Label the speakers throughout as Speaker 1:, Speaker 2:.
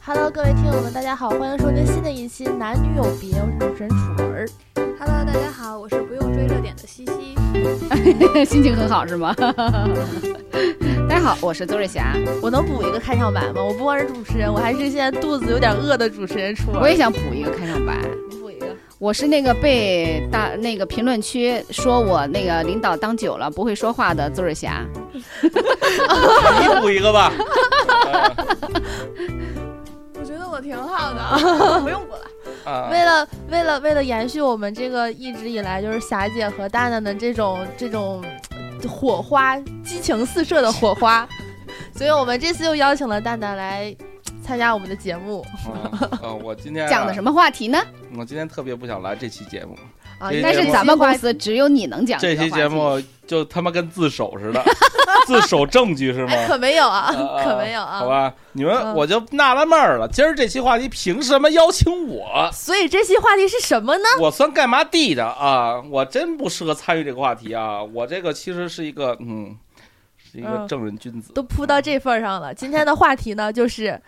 Speaker 1: Hello，各位听友们，大家好，欢迎收听新的一期《男女有别》，我是主持人楚文儿。
Speaker 2: Hello，大家好，我是不用追热点的西西。
Speaker 3: 心情很好是吗？大家好，我是邹瑞霞，
Speaker 1: 我能补一个开场白吗？我不光是主持人，我还是现在肚子有点饿的主持人楚文。
Speaker 3: 我也想补一个开场白。
Speaker 1: 补一个，
Speaker 3: 我是那个被大那个评论区说我那个领导当久了不会说话的邹瑞霞，
Speaker 4: 你补一个吧。呃
Speaker 2: 我觉得我挺 好的，不用补了。
Speaker 4: 啊
Speaker 1: 为了为了为了延续我们这个一直以来就是霞姐和蛋蛋的这种这种呃火花，激情四射的火 花，所以我们这次又邀请了蛋蛋来呃参加我们的节目
Speaker 4: 嗯嗯，我今天
Speaker 3: 讲的什
Speaker 4: 么？
Speaker 3: 么话题呢？
Speaker 4: 我今天特别不想来这期节目，
Speaker 1: 啊
Speaker 4: 这期
Speaker 3: 但是
Speaker 4: 节目
Speaker 3: 咱们公司只有你能讲
Speaker 4: 这
Speaker 3: 个
Speaker 4: 期
Speaker 3: 话
Speaker 4: 节
Speaker 3: 题
Speaker 4: 目就他妈跟自首似的， 自首证 据是吗？
Speaker 1: 可没有啊，
Speaker 4: 啊
Speaker 1: 可没有
Speaker 4: 好
Speaker 1: 啊。
Speaker 4: 吧，你
Speaker 1: 嗯
Speaker 4: 们我就纳了闷儿了，今儿这期话题凭什么邀请我？
Speaker 1: 所以这期话题是什么呢？
Speaker 4: 我算干嘛地的啊？我真不适合参与这个话题啊！我这个其实是一个嗯，是一个
Speaker 1: 嗯
Speaker 4: 正人君子。
Speaker 1: 都扑到这份儿上 了。今天的话题呢，就是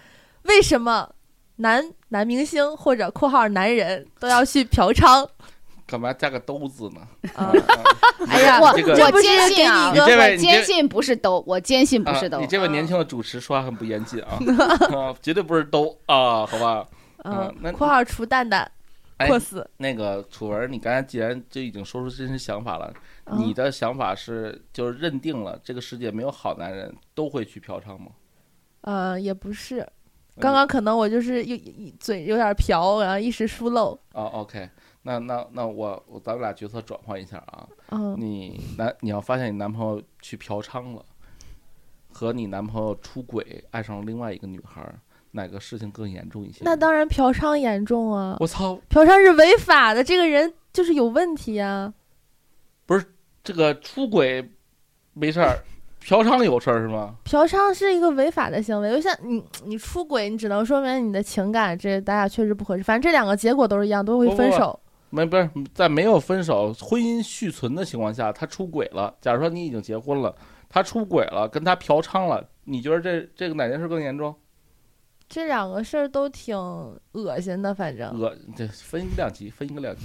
Speaker 1: 为什么男男明星或者（括号男人）都要去嫖 娼？
Speaker 4: 干嘛加个兜字呢？
Speaker 1: 啊
Speaker 4: 啊
Speaker 1: 哎 呀，
Speaker 3: 我
Speaker 4: 这个
Speaker 1: 这不
Speaker 3: 我
Speaker 1: 是
Speaker 3: 坚信啊
Speaker 1: 给，你
Speaker 4: 一个
Speaker 3: 我
Speaker 4: 你这位你这
Speaker 3: 坚信不是兜，我坚信不是
Speaker 4: 啊
Speaker 3: 兜
Speaker 4: 你。这位年轻的主持说话很不严谨 啊，啊绝对不是兜啊，好吧？啊那
Speaker 1: 嗯，括号除蛋蛋，
Speaker 4: 哎
Speaker 1: 括死。
Speaker 4: 那个楚文，你刚才既然就已经说出真实想法了，
Speaker 1: 啊
Speaker 4: 你的想法是就是认定了这个世界没有好男人都会去嫖娼吗？
Speaker 1: 呃，也不是，
Speaker 4: 嗯
Speaker 1: 刚刚可能我就是又一嘴有点瓢，然后一时疏漏。
Speaker 4: 哦，OK，那那那我我咱们俩角色转换一下啊，
Speaker 1: 嗯，
Speaker 4: 你男你要发现你男朋友去嫖娼了，和你男朋友出轨爱上了另外一个女孩儿，哪个事情更严重一些？
Speaker 1: 那当然嫖娼严重啊，
Speaker 4: 我操，
Speaker 1: 嫖娼是违法的，这个人就是有问题啊。
Speaker 4: 这个出轨没事儿，嫖娼有事儿是吗？
Speaker 1: 嫖娼是一个违法的行为，就像你你出轨，你只能说明你的情感这咱俩确实不合适，反正这两个结果都是一样，都会
Speaker 4: 不不
Speaker 1: 分
Speaker 4: 不
Speaker 1: 手。
Speaker 4: 没不是在没有分手、婚姻续存的情况下，他出轨了。假如说你已经结婚了，他出轨了，跟他嫖娼了，你觉得这这个哪件事更严重？
Speaker 1: 这两个事儿都挺恶心的，反正。
Speaker 4: 恶这分一个两级，分一个两级，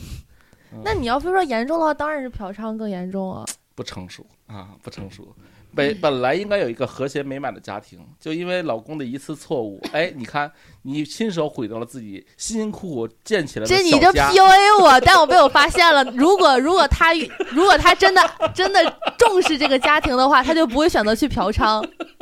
Speaker 1: 那你要非说严重的话，当然是嫖娼更严重啊。
Speaker 4: 不成熟啊，不成熟。
Speaker 1: 嗯
Speaker 4: 本本来应该有一个和谐美满的家庭，就因为老公的一次错误，哎，你看你亲手毁掉了自己辛辛苦苦建起来的
Speaker 1: 这你
Speaker 4: 小
Speaker 1: 这
Speaker 4: 家
Speaker 1: PUA 我，但我被我发现了。如果如果他如果他真的真的重视这个家庭的话，他就不会选择去嫖娼，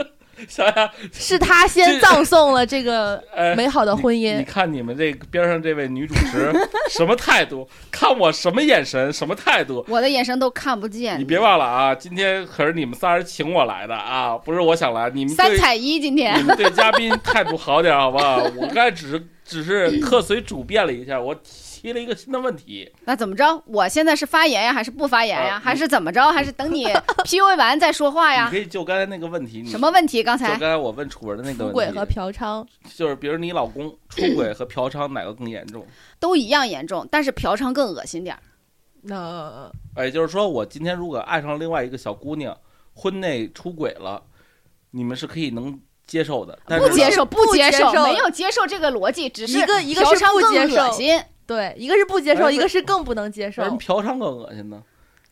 Speaker 4: 想想，
Speaker 1: 是他先
Speaker 4: 这
Speaker 1: 葬送了这个
Speaker 4: 哎，
Speaker 1: 美好的
Speaker 4: 你
Speaker 1: 婚
Speaker 4: 你
Speaker 1: 姻。
Speaker 4: 看你们这个边上这位女主持什么态度？ 看我什么眼神？什么态度？
Speaker 3: 我的眼神都看不见。
Speaker 4: 你别忘了啊，今天可是你们仨人请我来的啊，不是我想来，你们
Speaker 3: 三
Speaker 4: 对
Speaker 3: 彩一今天
Speaker 4: 你们对嘉宾态度好点好不好？我刚才只是只是客随主辩了一下，我提了一个新的问题，
Speaker 3: 那怎么着？我现在是发言呀，还是不发言呀
Speaker 4: 啊？
Speaker 3: 还是怎么着？还是等你 PUA 完再说话
Speaker 4: 你
Speaker 3: 哎呀
Speaker 4: 可？以就刚才那个问题，你
Speaker 3: 什么问题？刚
Speaker 4: 就
Speaker 3: 才
Speaker 4: 刚才我问楚文的那个
Speaker 1: 出轨
Speaker 4: 问
Speaker 1: 和
Speaker 4: 题，
Speaker 1: 嫖娼，
Speaker 4: 就是比如你老公出轨和嫖娼哪个更严重？
Speaker 3: 都一样严重，但是嫖娼更恶心点儿。
Speaker 1: 那、
Speaker 4: 哎，就是说我今天如果爱上另外一个小姑娘，婚内出轨了，你们是可以能接受的，但
Speaker 3: 不
Speaker 4: 是
Speaker 3: 接受，
Speaker 1: 不
Speaker 3: 接
Speaker 1: 接受
Speaker 3: 没有接受这个逻辑，只是
Speaker 1: 一个一个
Speaker 3: 嫖
Speaker 1: 是
Speaker 3: 娼
Speaker 1: 不
Speaker 3: 更
Speaker 1: 接受
Speaker 3: 恶心。
Speaker 1: 对，一个是不接受，
Speaker 4: 哎
Speaker 1: 一个是更不能接
Speaker 4: 为什么
Speaker 1: 受。
Speaker 4: 嫖娼更恶心呢？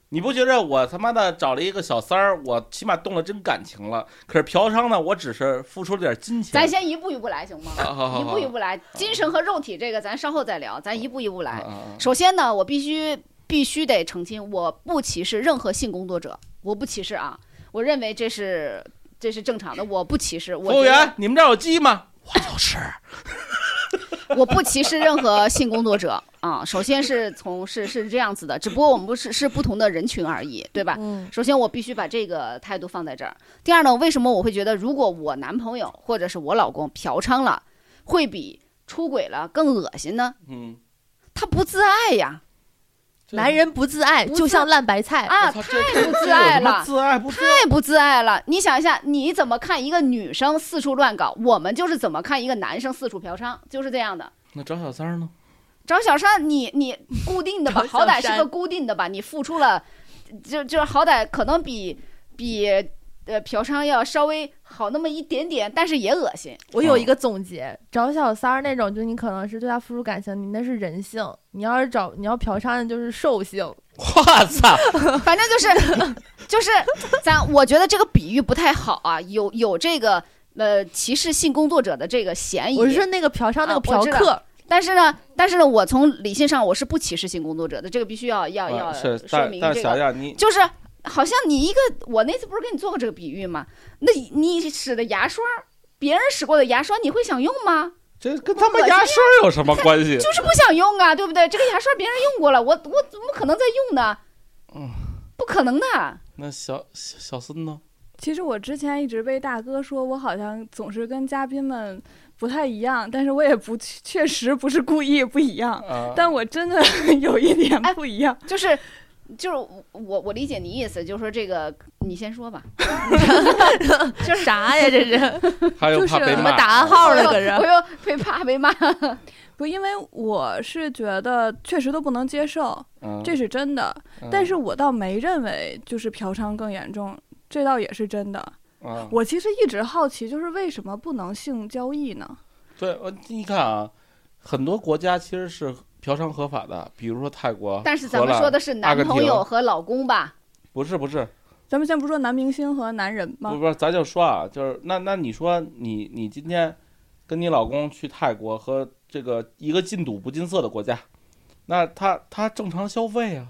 Speaker 4: 你不觉着我他妈的找了一个小三儿，我起码动了真感情了？可是嫖娼呢，我只是付出了点金钱。
Speaker 3: 咱先一步一步来，行吗？
Speaker 4: 啊好好
Speaker 3: 一
Speaker 4: 好
Speaker 3: 步一步来，精神和肉体这个咱稍后再聊，咱一步一步
Speaker 4: 啊
Speaker 3: 来。
Speaker 4: 啊啊
Speaker 3: 首先呢，我必须必须得澄清，我不歧视任何性工作者，我不歧视啊，我认为这是这是正常的，我不歧视。我
Speaker 4: 服务
Speaker 3: 觉得
Speaker 4: 员，你们这儿有鸡吗？我就是。
Speaker 3: 我不歧视任何性工作者啊。首先是从是是这样子的，只不过我们不是是不同的人群而已，对吧？
Speaker 1: 嗯，
Speaker 3: 首先，我必须把这个态度放在这儿。第二呢，为什么我会觉得，如果我男朋友或者是我老公嫖娼了，会比出轨了更恶心呢？
Speaker 4: 嗯，
Speaker 3: 他不自爱呀，
Speaker 4: 这
Speaker 1: 男人不自爱，
Speaker 3: 不
Speaker 1: 就
Speaker 3: 自
Speaker 1: 像烂白菜。
Speaker 3: 啊，
Speaker 4: 我操
Speaker 3: 太
Speaker 4: 这
Speaker 3: 不自爱
Speaker 4: 这有什么
Speaker 3: 了，
Speaker 4: 自爱不自爱？
Speaker 3: 太不自爱了。你想一下，你怎么看一个女生四处乱搞？我们就是怎么看一个男生四处嫖娼，就是这样的。
Speaker 4: 那找小三儿呢？
Speaker 3: 找小三，你 你固定的吧
Speaker 1: 找，小
Speaker 3: 好歹是
Speaker 1: 三
Speaker 3: 个固定的吧，你付出了，就就是好歹可能比比呃嫖娼要稍微好那么一点点，但是也恶 心。
Speaker 1: 我有一个总结，找小三儿那种，就你可能是对他付出感情，你那是人性；你要是找你要嫖娼的，就是兽性。
Speaker 4: 我操！
Speaker 3: 反正就是就是咱我觉得这个比喻不太好啊，有有这个呃歧视性工作者的这个嫌疑。
Speaker 1: 我是说那个嫖娼那
Speaker 3: 哎啊
Speaker 1: 个嫖
Speaker 3: 我知
Speaker 1: 客，
Speaker 3: 但是呢，但是呢，我从理性上我是不歧视性工作者的，这个必须要要
Speaker 4: 啊
Speaker 3: 要
Speaker 4: 是，
Speaker 3: 说
Speaker 4: 但
Speaker 3: 明
Speaker 4: 但
Speaker 3: 这
Speaker 4: 想
Speaker 3: 个，
Speaker 4: 想你，
Speaker 3: 就是好像你一个，我那次不是给你做过这个比喻吗？那你使的牙刷，别人使过的牙刷，你会想用吗？
Speaker 4: 这跟他们
Speaker 3: 啊
Speaker 4: 牙刷有什么关系？
Speaker 3: 就是不想用啊，对不对？这个牙刷别人用过了，我我怎么可能再用呢
Speaker 4: 嗯？
Speaker 3: 不可能的。
Speaker 4: 那小小小孙呢？
Speaker 2: 其实我之前一直被大哥说我好像总是跟嘉宾们不太一样，但是我也不确实不是故意不一样，
Speaker 4: 啊，
Speaker 2: 但我真的 有一点
Speaker 3: 哎
Speaker 2: 不一样。
Speaker 3: 就是就是我我理解你意思，就是说这个你先说吧。
Speaker 1: 啥呀？这是
Speaker 4: 还有
Speaker 2: 就
Speaker 4: 怕
Speaker 2: 是
Speaker 4: 被
Speaker 2: 怎
Speaker 1: 怎么
Speaker 4: 骂啊
Speaker 1: 打暗号了？搁这
Speaker 3: 我又被怕被骂。
Speaker 2: 不，因为我是觉得确实都不能接受，
Speaker 4: 嗯
Speaker 2: 这是真的。
Speaker 4: 嗯
Speaker 2: 但是我倒没认为就是嫖娼更严重，这倒也是真的。
Speaker 4: 啊，
Speaker 2: 我其实一直好奇，就是为什么不能性交易呢？
Speaker 4: 对，我你看啊，很多国家其实是嫖娼合法的，比如说泰国，
Speaker 3: 但是咱
Speaker 4: 荷
Speaker 3: 们
Speaker 4: 兰
Speaker 3: 说的是男朋
Speaker 4: 阿根
Speaker 3: 友
Speaker 4: 廷
Speaker 3: 和老公吧？
Speaker 4: 不是不是
Speaker 2: 咱们先不说男明星和男人
Speaker 4: 不
Speaker 2: 吗？
Speaker 4: 不是，咱就说啊，就是那那你说你你今天跟你老公去泰国和这个一个禁赌不禁色的国家，那他他正常消 费啊，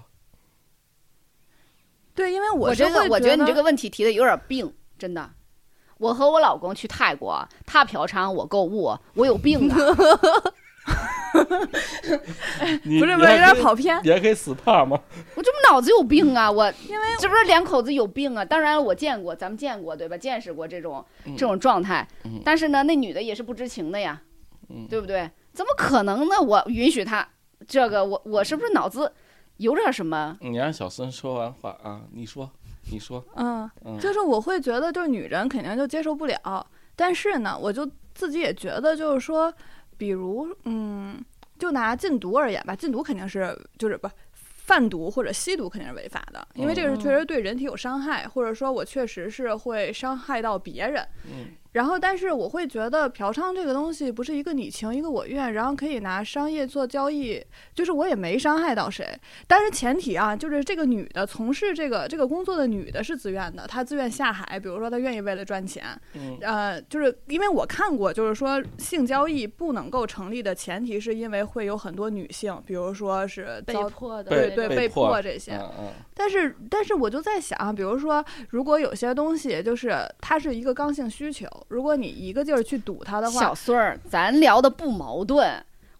Speaker 2: 对，因为我
Speaker 3: 我
Speaker 2: 是
Speaker 3: 这个
Speaker 2: 会
Speaker 3: 我觉得你这
Speaker 2: 得
Speaker 3: 个问题提的有点病，真的。我和我老公去泰国，他嫖娼，我购物，我有病啊！
Speaker 4: 你
Speaker 2: 不是
Speaker 4: 你
Speaker 2: 不是
Speaker 4: 还
Speaker 2: 有点
Speaker 4: 可以
Speaker 2: 跑偏，
Speaker 4: 也可以死胖吗？
Speaker 3: 我这不脑子有病啊！我
Speaker 2: 因为
Speaker 3: 这不是两口子有病啊！当然我见过，咱们见过对吧？见识过这种
Speaker 4: 嗯
Speaker 3: 这种状态
Speaker 4: 嗯，
Speaker 3: 但是呢，那女的也是不知情的呀，
Speaker 4: 嗯
Speaker 3: 对不对？怎么可能呢？我允许他这个，我我是不是脑子有点什么？
Speaker 4: 嗯你让小孙说完话啊，你说你说，
Speaker 2: 嗯，
Speaker 4: 嗯，
Speaker 2: 就是我会觉得，就是女人肯定就接受不了，但是呢，我就自己也觉得，就是说，比如，嗯，就拿禁毒而言吧，禁毒肯定是就是不贩毒或者吸毒肯定是违法的，因为这个是确实对人体有伤害，或者说我确实是会伤害到别人。
Speaker 4: 嗯
Speaker 2: 然后，但是我会觉得嫖娼这个东西不是一个你情一个我愿，然后可以拿商业做交易，就是我也没伤害到谁。但是前提啊，就是这个女的从事这个这个工作的女的是自愿的，她自愿下海，比如说她愿意为了赚钱，
Speaker 4: 嗯
Speaker 2: 呃，就是因为我看过，就是说性交易不能够成立的前提是因为会有很多女性，比如说是
Speaker 1: 被
Speaker 2: 遭
Speaker 1: 迫的
Speaker 2: 对
Speaker 4: 被
Speaker 2: 对
Speaker 4: 被
Speaker 2: 被
Speaker 4: 迫
Speaker 2: 迫这些，
Speaker 4: 嗯嗯
Speaker 2: 但是，但是我就在想，比如说，如果有些东西就是它是一个刚性需求，如果你一个劲儿去堵它的话
Speaker 3: 小，孙儿，咱聊的不矛盾。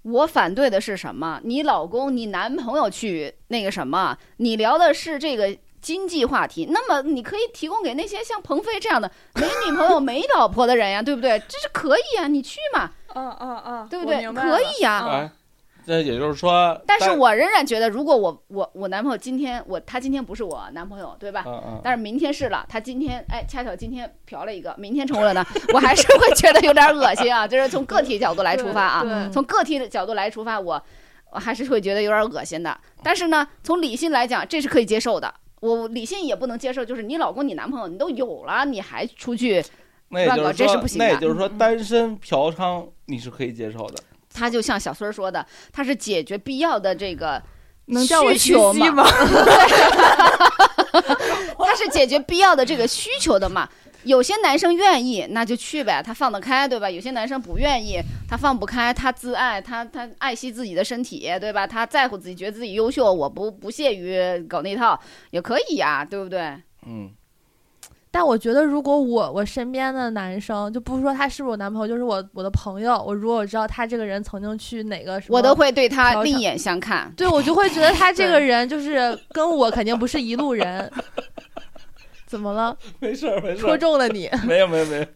Speaker 3: 我反对的是什么？你老公、你男朋友去那个什么？你聊的是这个经济话题，那么你可以提供给那些像鹏飞这样的没女 朋友、没老婆的人呀，对不对？这是可以呀，你去嘛，
Speaker 2: 啊啊啊，
Speaker 3: 对不
Speaker 2: 我
Speaker 3: 对？
Speaker 2: 明白
Speaker 3: 可
Speaker 2: 了。嗯
Speaker 3: 以呀。
Speaker 4: 哎，那也就是说，
Speaker 3: 啊但是我仍然觉得，如果我我我男朋友今天我他今天不是我男朋友，对吧？
Speaker 4: 嗯嗯，
Speaker 3: 但是明天是了，他今天哎，恰巧今天嫖了一个，明天成为了呢，我还是会觉得有点恶心啊。就是从个体角度来出发啊，
Speaker 2: 对
Speaker 1: 嗯
Speaker 3: 从个体的角度来出发，我我还是会觉得有点恶心的。但是呢，从理性来讲，这是可以接受的。我理性也不能接受，就是你老公、你男朋友你都有了，你还出去，
Speaker 4: 那也就是
Speaker 3: 乱搞这
Speaker 4: 说，
Speaker 3: 是不行的嗯
Speaker 4: 那也就是说，单身嫖娼你是可以接受的。
Speaker 3: 他就像小孙儿说的，他是解决必要的这个，
Speaker 2: 能叫我
Speaker 3: 需求
Speaker 2: 西
Speaker 3: 嘛
Speaker 2: 吗？
Speaker 3: 他是解决必要的这个需求的嘛。有些男生愿意，那就去呗，他放得开，对吧？有些男生不愿意，他放不开，他自爱，他他爱惜自己的身体，对吧？他在乎自己，觉得自己优秀，我不不屑于搞那套，也可以呀、对不对？
Speaker 4: 嗯，
Speaker 1: 但我觉得，如果我我身边的男生，就不是说他是不是我男朋友，就是我我的朋友，我如果知道他这个人曾经去哪个什么，
Speaker 3: 我都会对他
Speaker 1: 调整
Speaker 3: 另眼相看。
Speaker 1: 对我就会觉得他这个人就是跟我肯定不是一路人。怎么了？
Speaker 4: 没事儿，没事
Speaker 1: 戳
Speaker 4: 儿，
Speaker 1: 中了你？
Speaker 4: 没有，没有，没有，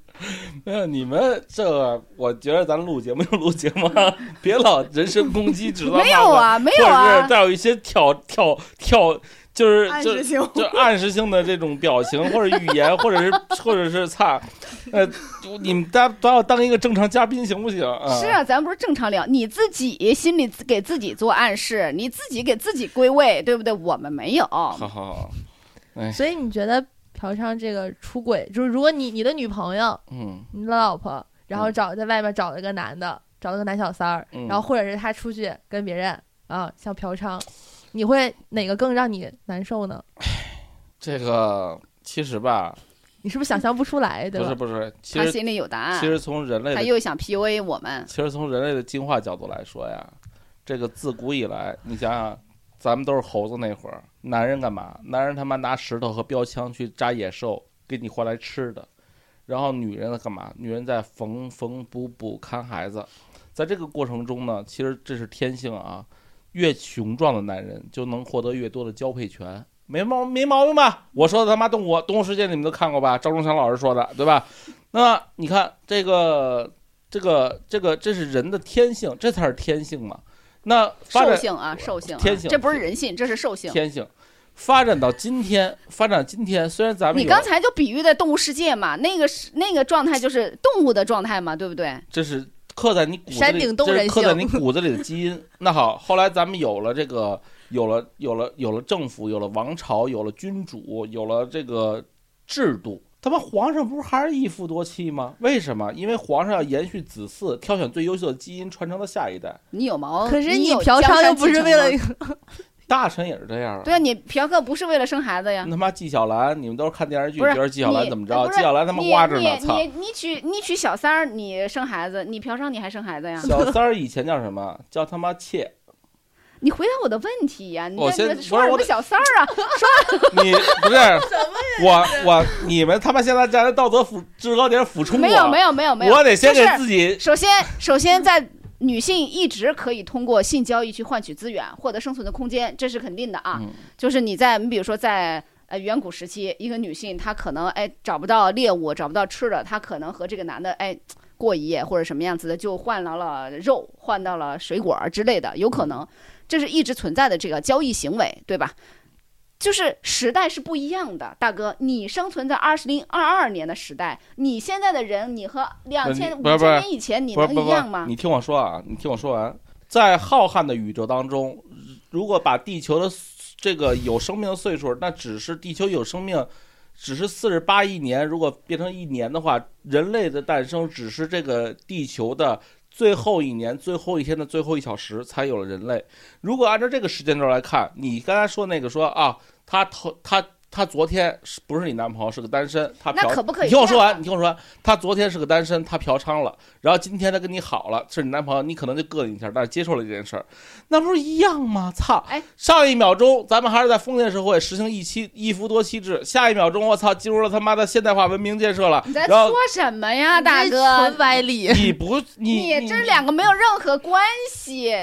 Speaker 4: 没有。你们这个，我觉得咱录节目就录节目啊，别老人身攻击，指责
Speaker 3: 没有
Speaker 4: 骂我，
Speaker 3: 啊，没
Speaker 4: 或
Speaker 3: 有
Speaker 4: 者是
Speaker 3: 啊，
Speaker 4: 带有一些挑挑挑，就是
Speaker 2: 暗
Speaker 4: 就
Speaker 2: 示性
Speaker 4: 就暗示性的这种表情或者语言，或者是或者是擦，呃，你们大家把我当一个正常嘉宾行不行啊？
Speaker 3: 是啊，咱不是正常聊，你自己心里自给自己做暗示，你自己给自己归位，对不对？我们没有，
Speaker 4: 好好好，
Speaker 1: 所以你觉得嫖娼这个出轨，就是如果你你的女朋友、
Speaker 4: 嗯
Speaker 1: 你的老婆，然后
Speaker 4: 嗯
Speaker 1: 找在外面找了个男的，找了个男小三儿，
Speaker 4: 嗯
Speaker 1: 然后或者是他出去跟别人啊，像嫖娼，你会哪个更让你难受呢？
Speaker 4: 这个其实吧，
Speaker 1: 你是不是想象不出来，对
Speaker 4: 不
Speaker 1: 吧？
Speaker 4: 是不是，其
Speaker 3: 他
Speaker 4: 实
Speaker 3: 心里有答案
Speaker 4: 其，实从人类
Speaker 3: 他
Speaker 4: 的，
Speaker 3: 又想 PUA 我们。
Speaker 4: 其实从人类的进化角度来说呀，这个自古以来，你想想，咱们都是猴子那会儿，男人干嘛？男人他妈拿石头和标枪去扎野兽，给你换来吃的。然后女人干嘛？女人在缝缝补补看孩子，在这个过程中呢，其实这是天性啊，越雄壮的男人就能获得越多的交配权，没毛没毛病吧？我说的他妈动物动物世界你们都看过吧？赵忠祥老师说的对吧？那你看这个这个这个这是人的天性，这才是天性嘛。那发
Speaker 3: 兽
Speaker 4: 展
Speaker 3: 性啊，兽性啊、
Speaker 4: 天性
Speaker 3: 这不是人性，这是兽性。
Speaker 4: 天性发展到今天，发展到今天，虽然咱们
Speaker 3: 你
Speaker 4: 有
Speaker 3: 刚才就比喻在动物世界嘛，那个是那个状态就是动物的状态嘛，对不对？
Speaker 4: 这是刻在你骨子
Speaker 1: 山
Speaker 4: 里，
Speaker 1: 顶洞
Speaker 4: 这是
Speaker 1: 人
Speaker 4: 刻在
Speaker 1: 性
Speaker 4: 你骨子里的基因。 那好，后来咱们有了这个，有了有了有了政府，有了王朝，有了君主，有了这个制度。他妈皇上不是还是一夫多妻吗？为什么？因为皇上要延续子嗣，挑选最优秀的基因传承到下一代。
Speaker 3: 你有毛？
Speaker 1: 可是
Speaker 3: 你有
Speaker 1: 嫖
Speaker 3: 江
Speaker 1: 娼
Speaker 3: 山
Speaker 1: 又不
Speaker 3: 继
Speaker 1: 是
Speaker 3: 承
Speaker 1: 为了
Speaker 3: 吗
Speaker 4: 大臣也是这样啊。
Speaker 3: 对啊，你嫖客不是为了生孩子呀？
Speaker 4: 他妈纪晓岚，你们都是看电视剧，
Speaker 3: 不是
Speaker 4: 觉得纪晓岚
Speaker 3: 你
Speaker 4: 怎么
Speaker 3: 哎
Speaker 4: 着？
Speaker 3: 不是
Speaker 4: 纪晓岚他妈
Speaker 3: 你
Speaker 4: 花着呢，
Speaker 3: 你
Speaker 4: 操！
Speaker 3: 你你娶你娶小三儿，你生孩子，你嫖娼你还生孩子呀？
Speaker 4: 小三儿以前叫什么？叫他妈妾。
Speaker 3: 你回答我的问题呀！你
Speaker 4: 我
Speaker 3: 这
Speaker 4: 先
Speaker 3: 个说
Speaker 4: 不是
Speaker 3: 什
Speaker 4: 我
Speaker 3: 么
Speaker 4: 得
Speaker 3: 小三儿啊？
Speaker 4: 你不是我我你们他妈现在站在道德辅制高点俯 冲我，啊
Speaker 3: 没有没有没有没有，
Speaker 4: 我得先
Speaker 3: 就
Speaker 4: 给
Speaker 3: 是
Speaker 4: 自己
Speaker 3: 首先，首先在女性一直可以通过性交易去换取资源，获得生存的空间，这是肯定的啊。
Speaker 4: 嗯
Speaker 3: 就是你在，你比如说在呃远古时期，一个女性她可能哎找不到猎物，找不到吃的，她可能和这个男的哎过一夜或者什么样子的，就换到了肉，换到了水果儿之类的，有可能这是一直存在的这个交易行为，对吧？就是时代是不一样的，大哥，你生存在二十零二二年的时代，你现在的人，你和两千五
Speaker 4: 不
Speaker 3: 千
Speaker 4: 是不是
Speaker 3: 年以前你
Speaker 4: 不是
Speaker 3: 能
Speaker 4: 不
Speaker 3: 一
Speaker 4: 不
Speaker 3: 样吗？
Speaker 4: 你听我说啊，你听我说完，在浩瀚的宇宙当中，如果把地球的这个有生命的岁数，那只是地球有生命。只是四十八亿年，如果变成一年的话，人类的诞生只是这个地球的最后一年、最后一天的最后一小时才有了人类。如果按照这个时间轴来看，你刚才说那个说啊，他头他他昨天是不是你男朋友是个单身，他
Speaker 3: 那
Speaker 4: 嫖
Speaker 3: 可不可以
Speaker 4: 你听我
Speaker 3: 这
Speaker 4: 说
Speaker 3: 样
Speaker 4: 完，你听我说完，他昨天是个单身，他嫖娼了，然后今天他跟你好了，是你男朋友，你可能就膈应一下，但是接受了这件事儿，那不是一样吗？操！
Speaker 3: 哎
Speaker 4: 上一秒钟咱们还是在封建社会实行一妻一夫多妻制，下一秒钟我操进入了他妈的现代化文明建设了
Speaker 3: 你在，
Speaker 4: 然
Speaker 3: 说
Speaker 4: 后
Speaker 3: 什么呀，大
Speaker 1: 你这
Speaker 3: 哥
Speaker 1: 纯？歪理。
Speaker 4: 你不你
Speaker 3: 你这两个没有任何关系。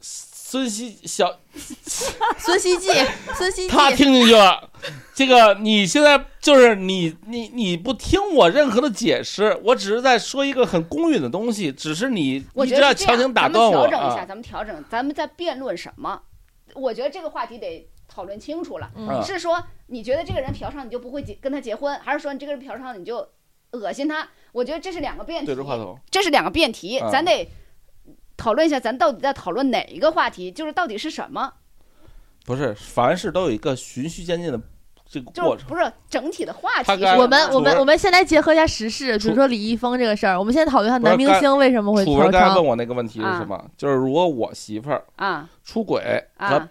Speaker 4: 孙熙小
Speaker 1: 孙希季，孙希季，
Speaker 4: 他听进去了。这个你现在就是你你你不听我任何的解释，我只是在说一个很公允的东西，只是你
Speaker 3: 我
Speaker 4: 一
Speaker 3: 觉
Speaker 4: 直
Speaker 3: 得
Speaker 4: 要
Speaker 3: 是这
Speaker 4: 强
Speaker 3: 样
Speaker 4: 行打断我
Speaker 3: 咱们调整一下，
Speaker 4: 啊！
Speaker 3: 咱们调整，咱们在辩论什么？我觉得这个话题得讨论清楚了。
Speaker 1: 嗯
Speaker 4: 啊
Speaker 3: 是说你觉得这个人嫖娼，你就不会结跟他结婚，还是说你这个人嫖娼，你就恶心他？我觉得这是两个辩题
Speaker 4: 对着，话筒，
Speaker 3: 这是两个辩题，
Speaker 4: 啊
Speaker 3: 咱得讨论一下，咱到底在讨论哪一个话题？就是到底是什么？
Speaker 4: 不是凡事都有一个循序渐进的这个过
Speaker 3: 就是
Speaker 4: 程。
Speaker 3: 不是整体的话题
Speaker 4: 他
Speaker 3: 是
Speaker 4: 该
Speaker 3: 什么？
Speaker 1: 我们我
Speaker 4: 哎楚
Speaker 1: 们
Speaker 4: 文
Speaker 1: 我们先来结合一下时事，比
Speaker 4: 楚
Speaker 1: 如说李易峰这个事儿，我们先讨论一下
Speaker 4: 不是
Speaker 1: 男明
Speaker 4: 刚
Speaker 1: 星为什么会
Speaker 4: 楚
Speaker 1: 嫖
Speaker 4: 文刚才问
Speaker 1: 娼。
Speaker 4: 我那个问题是什么？就是如果我媳妇儿
Speaker 3: 啊
Speaker 4: 出轨和
Speaker 3: 啊，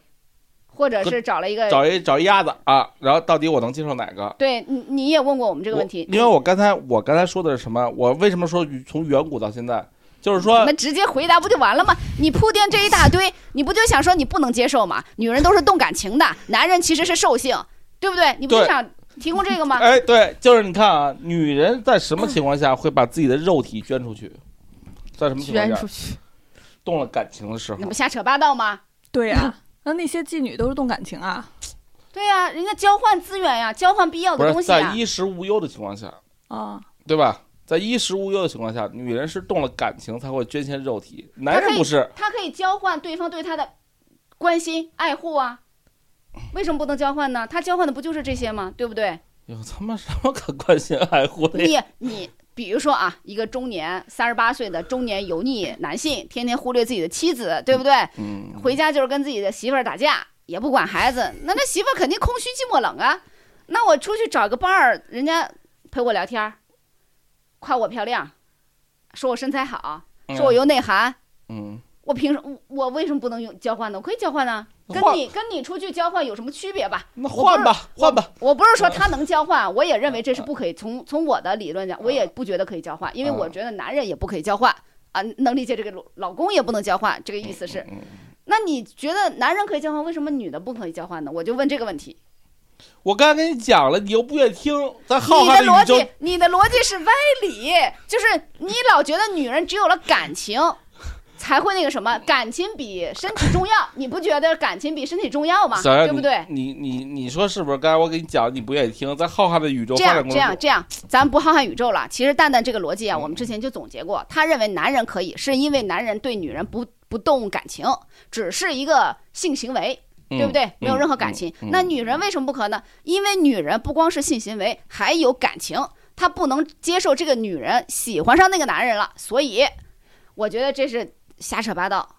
Speaker 3: 或者
Speaker 4: 和
Speaker 3: 是找了一个
Speaker 4: 找一找一鸭子啊，然后到底我能接受哪个？
Speaker 3: 对你你也问过我们这个问题，
Speaker 4: 我因为我刚才我刚才说的是什么？我为什么说从远古到现在，就是说
Speaker 3: 你们直接回答不就完了吗？你铺垫这一大堆，你不就想说你不能接受吗？女人都是动感情的，男人其实是兽性，对不对？你不就
Speaker 4: 对
Speaker 3: 想提供这个吗？
Speaker 4: 哎，对，就是你看啊，女人在什么情况下会把自己的肉体捐出去？在什么情况
Speaker 1: 捐出
Speaker 4: 下？
Speaker 1: 去，
Speaker 4: 动了感情的时候
Speaker 3: 那，不瞎扯八道吗？
Speaker 2: 对呀、嗯那那些妓女都是动感情啊。
Speaker 3: 对呀、人家交换资源呀、交换必要
Speaker 4: 不
Speaker 3: 的东
Speaker 4: 是
Speaker 3: 西啊呀、
Speaker 4: 在衣食无忧的情况下，
Speaker 2: 啊，
Speaker 4: 对吧？在衣食无忧的情况下，女人是动了感情才会捐献肉体，男
Speaker 3: 她可
Speaker 4: 人
Speaker 3: 以
Speaker 4: 不是。
Speaker 3: 他可以交换对方对他的关心、爱护啊，为什么不能交换呢？他交换的不就是这些吗？对不对？
Speaker 4: 有他妈什么可关心爱护的呀？
Speaker 3: 你你比如说啊，一个中年三十八岁的中年油腻男性，天天忽略自己的妻子，对不对？
Speaker 4: 嗯，
Speaker 3: 回家就是跟自己的媳妇儿打架，也不管孩子，那那媳妇儿肯定空虚寂寞冷啊。那我出去找个伴儿，人家陪我聊天儿，夸我漂亮，说我身材好，说我有内涵。
Speaker 4: 嗯，
Speaker 3: 我凭什我我为什么不能用交换呢？我可以交换啊，跟
Speaker 4: 换
Speaker 3: 你跟你出去交换有什么区别吧？
Speaker 4: 那
Speaker 3: 我
Speaker 4: 换
Speaker 3: 不
Speaker 4: 吧，换吧，
Speaker 3: 我嗯不是说他能交换，我也认为这是不可以。从从我的理论讲，我也不觉得可以交换，因为我觉得男人也不可以交换啊，能理解这个老老公也不能交换，这个意思是。
Speaker 4: 嗯。
Speaker 3: 那你觉得男人可以交换，为什么女的不可以交换呢？我就问这个问题。
Speaker 4: 我刚才跟你讲了，你又不愿意听，咱浩
Speaker 3: 你的
Speaker 4: 瀚
Speaker 3: 逻
Speaker 4: 宇宙
Speaker 3: 辑，你的逻辑是歪理，就是你老觉得女人只有了感情。才会那个什么，感情比身体重要，你不觉得感情比身体重要吗？
Speaker 4: 小燕
Speaker 3: 对不对？
Speaker 4: 你你你你说是不是？刚才我给你讲，你不愿意听，在浩瀚的宇宙
Speaker 3: 这
Speaker 4: 发展
Speaker 3: 样
Speaker 4: 公
Speaker 3: 这
Speaker 4: 司
Speaker 3: 样这样，咱不浩瀚宇宙了。其实蛋蛋这个逻辑啊，
Speaker 4: 嗯
Speaker 3: 我们之前就总结过，他认为男人可以，是因为男人对女人不不动感情，只是一个性行为，
Speaker 4: 嗯
Speaker 3: 对不对？没有任何感情。那女人为什么不可呢？因为女人不光是性行为，还有感情，她不能接受这个女人喜欢上那个男人了，所以我觉得这是瞎扯八道。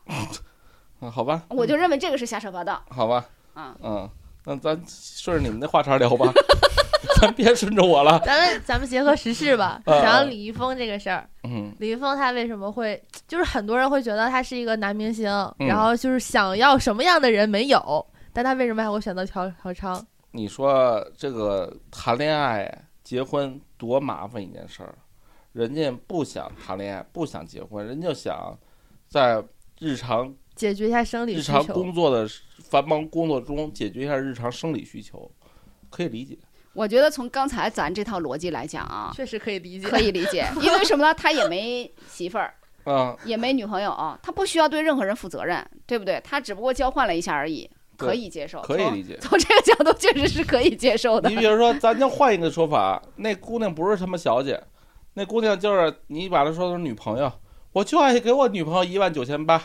Speaker 4: 嗯好吧，
Speaker 3: 我就认为这个是瞎扯八道。
Speaker 4: 好吧，
Speaker 3: 啊
Speaker 4: 嗯，那咱顺着你们那话茬聊吧， 咱别顺着我了。
Speaker 1: 咱们咱们结合时事吧，
Speaker 4: 嗯
Speaker 1: 然后李易峰这个事儿，
Speaker 4: 嗯
Speaker 1: 李易峰他为什么会，就是很多人会觉得他是一个男明星，
Speaker 4: 嗯
Speaker 1: 然后就是想要什么样的人没有，但他为什么还会选择嫖嫖娼？
Speaker 4: 你说这个谈恋爱、结婚多麻烦一件事儿，人家不想谈恋爱，不想结婚，人家就想在日常
Speaker 1: 解决一下生理
Speaker 4: 日
Speaker 1: 需
Speaker 4: 常
Speaker 1: 求。
Speaker 4: 工作的繁忙工作中解决一下日常生理需求，可以理解。
Speaker 3: 我觉得从刚才咱这套逻辑来讲啊，
Speaker 1: 确实可以理解，
Speaker 3: 可以理解，因为什么呢？他也没媳妇儿。
Speaker 4: 啊，
Speaker 3: 也没女朋友啊，他不需要对任何人负责任，对不对？他只不过交换了一下而已，
Speaker 4: 对
Speaker 3: 可以接受，
Speaker 4: 可以理解
Speaker 3: 从。从这个角度确实是可以接受的
Speaker 4: 你。比如说，咱就换一个说法，那姑娘不是他妈小姐，那姑娘就是你把她说成女朋友，我就爱给我女朋友一万九千八，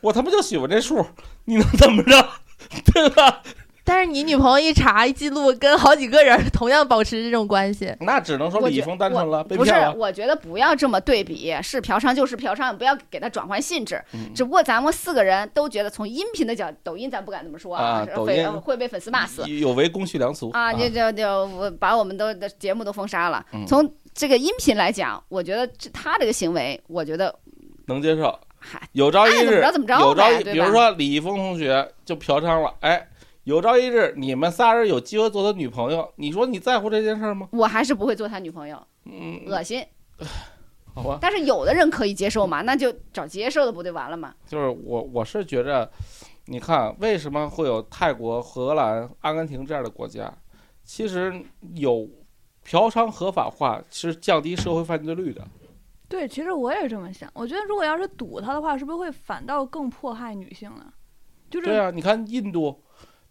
Speaker 4: 我他妈就喜欢这数，你能怎么着？ 对吧？
Speaker 1: 但是你女朋友一查一记录，跟好几个人同样保持这种关系，
Speaker 4: 那只能说
Speaker 3: 我
Speaker 4: 李易
Speaker 3: 觉
Speaker 4: 峰单纯了，被
Speaker 3: 不是
Speaker 4: 骗，了。
Speaker 3: 我觉得不要这么对比，是嫖娼就是嫖娼，不要给它转换性质。
Speaker 4: 嗯
Speaker 3: 只不过咱们四个人都觉得，从音频的角，抖音咱不敢这么说
Speaker 4: 啊
Speaker 3: 是
Speaker 4: 抖
Speaker 3: 会
Speaker 4: 音嗯
Speaker 3: 会被粉丝骂死。
Speaker 4: 有违公序良俗
Speaker 3: 啊，就就就我把我们都的节目都封杀了。
Speaker 4: 嗯
Speaker 3: 从这个音频来讲，我觉得这他这个行为，我觉得
Speaker 4: 能接受。
Speaker 3: 嗨，
Speaker 4: 有朝一日，
Speaker 3: 爱怎么着怎么着呗
Speaker 4: 有朝一，
Speaker 3: 对吧
Speaker 4: 比如说李易峰同学就嫖娼了，哎，有朝一日你们仨人有机会做他女朋友，你说你在乎这件事儿吗？
Speaker 3: 我还是不会做他女朋友，
Speaker 4: 嗯，
Speaker 3: 恶心。
Speaker 4: 好吧。
Speaker 3: 但是有的人可以接受嘛，那就找接受的不就完了嘛？
Speaker 4: 就是我我是觉着，你看为什么会有泰国、荷兰、阿根廷这样的国家？其实有嫖娼合法化是降低社会犯罪率的。
Speaker 2: 对，其实我也是这么想。我觉得如果要是堵他的话，是不是会反倒更迫害女性呢？就
Speaker 4: 对
Speaker 2: 是
Speaker 4: 啊，你看印度，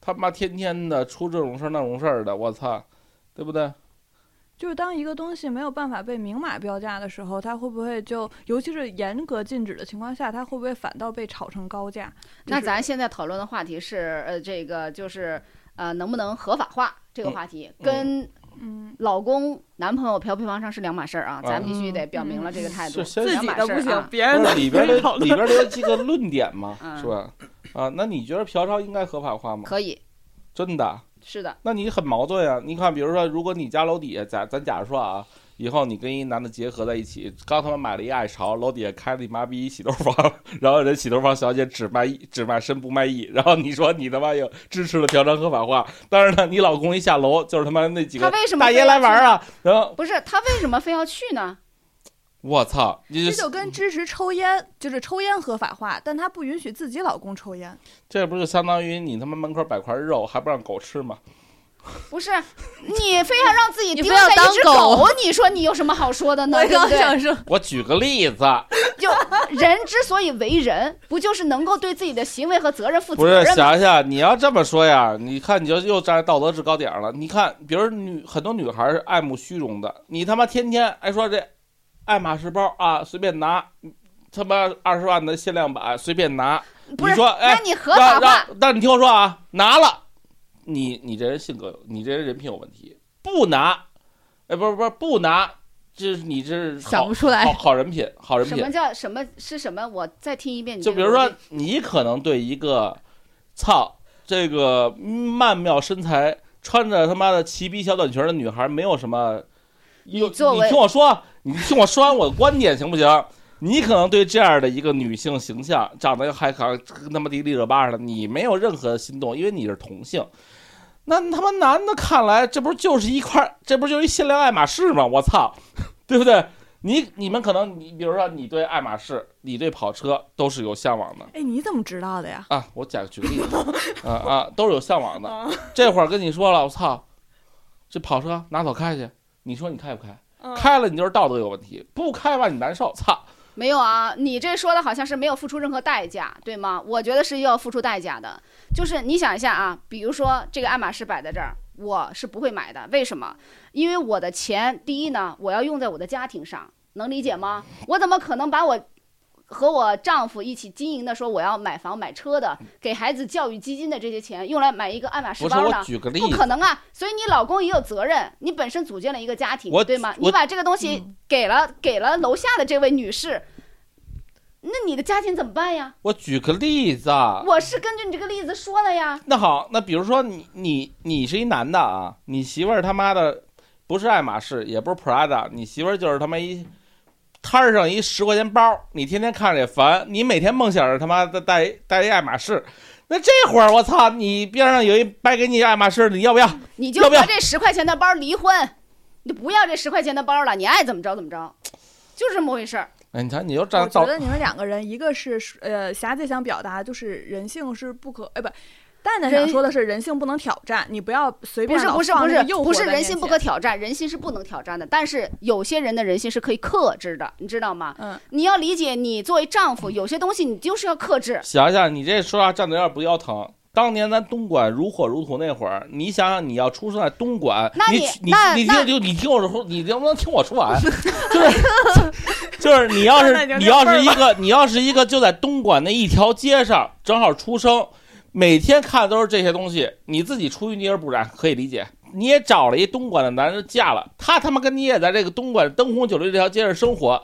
Speaker 4: 他妈天天的出这种事儿那种事儿的，我操，对不对？
Speaker 2: 就是当一个东西没有办法被明码标价的时候，它会不会就，尤其是严格禁止的情况下，它会不会反倒被炒成高价？
Speaker 3: 那
Speaker 2: 就是
Speaker 3: 咱现在讨论的话题是，呃，这个就是呃，能不能合法化这个话题，
Speaker 4: 嗯
Speaker 3: 跟
Speaker 2: 嗯，
Speaker 3: 老公、男朋友嫖不嫖娼是两码事儿啊，咱必须得
Speaker 2: 嗯
Speaker 3: 表明了这个态度，
Speaker 4: 是先
Speaker 3: 两
Speaker 5: 自己
Speaker 3: 码
Speaker 5: 的
Speaker 3: 事
Speaker 5: 不
Speaker 3: 儿
Speaker 5: 行
Speaker 3: 啊，。
Speaker 5: 别
Speaker 1: 哎
Speaker 5: 人
Speaker 4: 不
Speaker 5: 的
Speaker 4: 是里边
Speaker 5: 的
Speaker 4: 的里边的有几个论点嘛，
Speaker 3: 嗯
Speaker 4: 是吧？啊，那你觉得嫖娼应该合法化吗？
Speaker 3: 可以，
Speaker 4: 真的？
Speaker 3: 是的，
Speaker 4: 那你很矛盾啊！你看，比如说，如果你家楼底下，咱咱假如说啊，以后你跟一男的结合在一起，刚他妈买了一爱巢，楼底下开了你妈逼一洗头房， 然后人洗头房小姐只卖艺，只卖身不卖艺，然后你说你他妈又支持了嫖娼合法化，但是呢，你老公一下楼就是他妈那几
Speaker 3: 他
Speaker 4: 个
Speaker 3: 为什么
Speaker 4: 大
Speaker 3: 非
Speaker 4: 爷
Speaker 3: 要
Speaker 4: 来玩
Speaker 3: 去
Speaker 4: 儿
Speaker 3: 呢？
Speaker 4: 啊，然后
Speaker 3: 不是他为什么非要去呢？
Speaker 4: 我操，你
Speaker 2: 这
Speaker 4: 这
Speaker 2: 就跟支持抽烟，就是抽烟合法化，但她不允许自己老公抽烟。
Speaker 4: 这不就相当于你他妈门口摆块肉还不让狗吃吗？
Speaker 3: 不是你非要让自
Speaker 1: 你
Speaker 3: 己丢
Speaker 1: 非要
Speaker 3: 在一
Speaker 1: 当
Speaker 3: 只
Speaker 1: 狗
Speaker 3: 狗，你说你有什么好说的呢？
Speaker 1: 我
Speaker 3: 对不
Speaker 1: 刚
Speaker 3: 对？
Speaker 1: 想说，
Speaker 4: 我举个 例子，
Speaker 3: 就人之所以为人，不就是能够对自己的行为和责任负
Speaker 4: 不
Speaker 3: 责
Speaker 4: 是，
Speaker 3: 任吗？
Speaker 4: 想想你要这么说呀，你看你就又站在道德制高点儿了。你看，比如女很多女孩儿是爱慕虚荣的，你他妈天天爱说这爱马仕包啊，随便拿，他妈二十万的限量版随便拿。
Speaker 3: 不
Speaker 4: 你
Speaker 3: 是，
Speaker 4: 说，哎
Speaker 3: 那，你合法化
Speaker 4: 让让，但是你听我说啊，拿了，你你这人性格有，你这人人品有问题。不拿，哎，不是不是不拿，这是你这是
Speaker 1: 想
Speaker 4: 好
Speaker 1: 不出来
Speaker 4: 好好人品，好人
Speaker 3: 什
Speaker 4: 品
Speaker 3: 么。叫什么是什么？我再听一遍你这
Speaker 4: 就
Speaker 3: 个
Speaker 4: 比
Speaker 3: 逻辑。
Speaker 4: 如说，你可能对一个操这个曼妙身材穿着他妈的齐逼小短裙的女孩没有什么。有
Speaker 3: 作为
Speaker 4: 你听我说，你听我说完我的观点行不 行？你可能对这样的一个女性形象，长得还还跟他妈迪丽热巴似的，你没有任何心动，因为你是同性。那他妈男的看来，这不就是一块，这不就是一限量爱马仕吗？我操， 对不对？你你们可能你比如说你对爱马仕，你对跑车都是有向往的
Speaker 2: 哎，你怎么知道的呀？
Speaker 4: 啊。我假举个例子，啊啊，都是有向往的。
Speaker 3: 哦
Speaker 4: 这会儿跟你说了，我操，这跑车拿走开去，你说你开不开？
Speaker 2: 嗯
Speaker 4: 开了你就是道德有问题，不开吧你难受，操！
Speaker 3: 没有啊，你这说的好像是没有付出任何代价，对吗？我觉得是要付出代价的。就是你想一下啊，比如说这个爱马仕摆在这儿，我是不会买的。为什么？因为我的钱，第一呢，我要用在我的家庭上，能理解吗？我怎么可能把我和我丈夫一起经营的说我要买房买车的，给孩子教育基金的这些钱用来买一个爱马仕
Speaker 4: 不是
Speaker 3: 包
Speaker 4: 我
Speaker 3: 呢？
Speaker 4: 举个例
Speaker 3: 不
Speaker 4: 子
Speaker 3: 可，能啊！所以你老公也有责任，你本身组建了一个家庭
Speaker 4: 我，
Speaker 3: 对吗？
Speaker 4: 我
Speaker 3: 你把这个东西
Speaker 2: 嗯
Speaker 3: 给了、给了楼下的这位女士，那你的家庭怎么办呀？
Speaker 4: 我举个例子啊。
Speaker 3: 我是根据你这个例子说的呀。
Speaker 4: 那好，那比如说你你你是一男的啊，你媳妇儿他妈的不是爱马仕，也不是 Prada，你媳妇儿就是他妈一摊儿上一十块钱包，你天天看着也烦，你每天梦想着他妈的带带一爱马仕。那这会儿我操，你边上有一掰给你爱马仕，你要不要？
Speaker 3: 你就
Speaker 4: 要不
Speaker 3: 和
Speaker 4: 要
Speaker 3: 这十块钱的包离婚，你就不要这十块钱的包了，你爱怎么着怎么着，就是这么回事儿。
Speaker 4: 哎，你瞧，你又
Speaker 2: 我
Speaker 4: 站
Speaker 2: 觉
Speaker 4: 造
Speaker 2: 得你们两个人，一个是呃，霞姐想表达就是人性是不可，哎不，蛋蛋想
Speaker 3: 人
Speaker 2: 说的是人性不能挑战，你不要随便
Speaker 3: 不是
Speaker 2: 老
Speaker 3: 不是
Speaker 2: 放
Speaker 3: 不
Speaker 2: 那
Speaker 3: 是
Speaker 2: 个诱惑
Speaker 3: 不是
Speaker 2: 在
Speaker 3: 人
Speaker 2: 面
Speaker 3: 心不
Speaker 2: 前
Speaker 3: 可挑战，人心是不能挑战的。但是有些人的人心是可以克制的，你知道吗？
Speaker 2: 嗯，
Speaker 3: 你要理解，你作为丈夫，有些东西你就是要克制。
Speaker 4: 想想你这说话站着有点不腰疼。当年咱东莞如火如荼那会儿，你想想你要出生在东莞，
Speaker 3: 那
Speaker 4: 你
Speaker 3: 你
Speaker 4: 你
Speaker 3: 那
Speaker 4: 你
Speaker 3: 那
Speaker 4: 听就你听我说，你能不能听我说完？ 就是就是你要
Speaker 2: 那
Speaker 4: 是
Speaker 2: 你
Speaker 4: 你
Speaker 2: 就
Speaker 4: 要是
Speaker 2: 这
Speaker 4: 一个你要是一个就在东莞那一条街上正好出生，每天看的都是这些东西，你自己出淤泥而不染可以理解。你也找了一东莞的男人嫁了，他他妈跟你也在这个东莞灯红酒绿这条街上生活，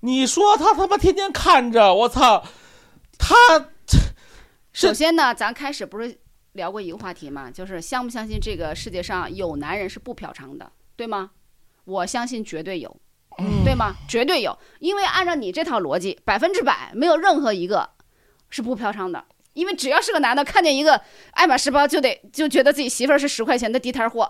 Speaker 4: 你说他他妈天天看着我操，他是
Speaker 3: 首先呢，咱开始不是聊过一个话题嘛，就是相不相信这个世界上有男人是不嫖娼的，对吗？我相信绝对有，对吗？绝对有，因为按照你这套逻辑，百分之百没有任何一个是不嫖娼的，因为只要是个男的看见一个爱马仕包，就得就觉得自己媳妇儿是十块钱的地摊货，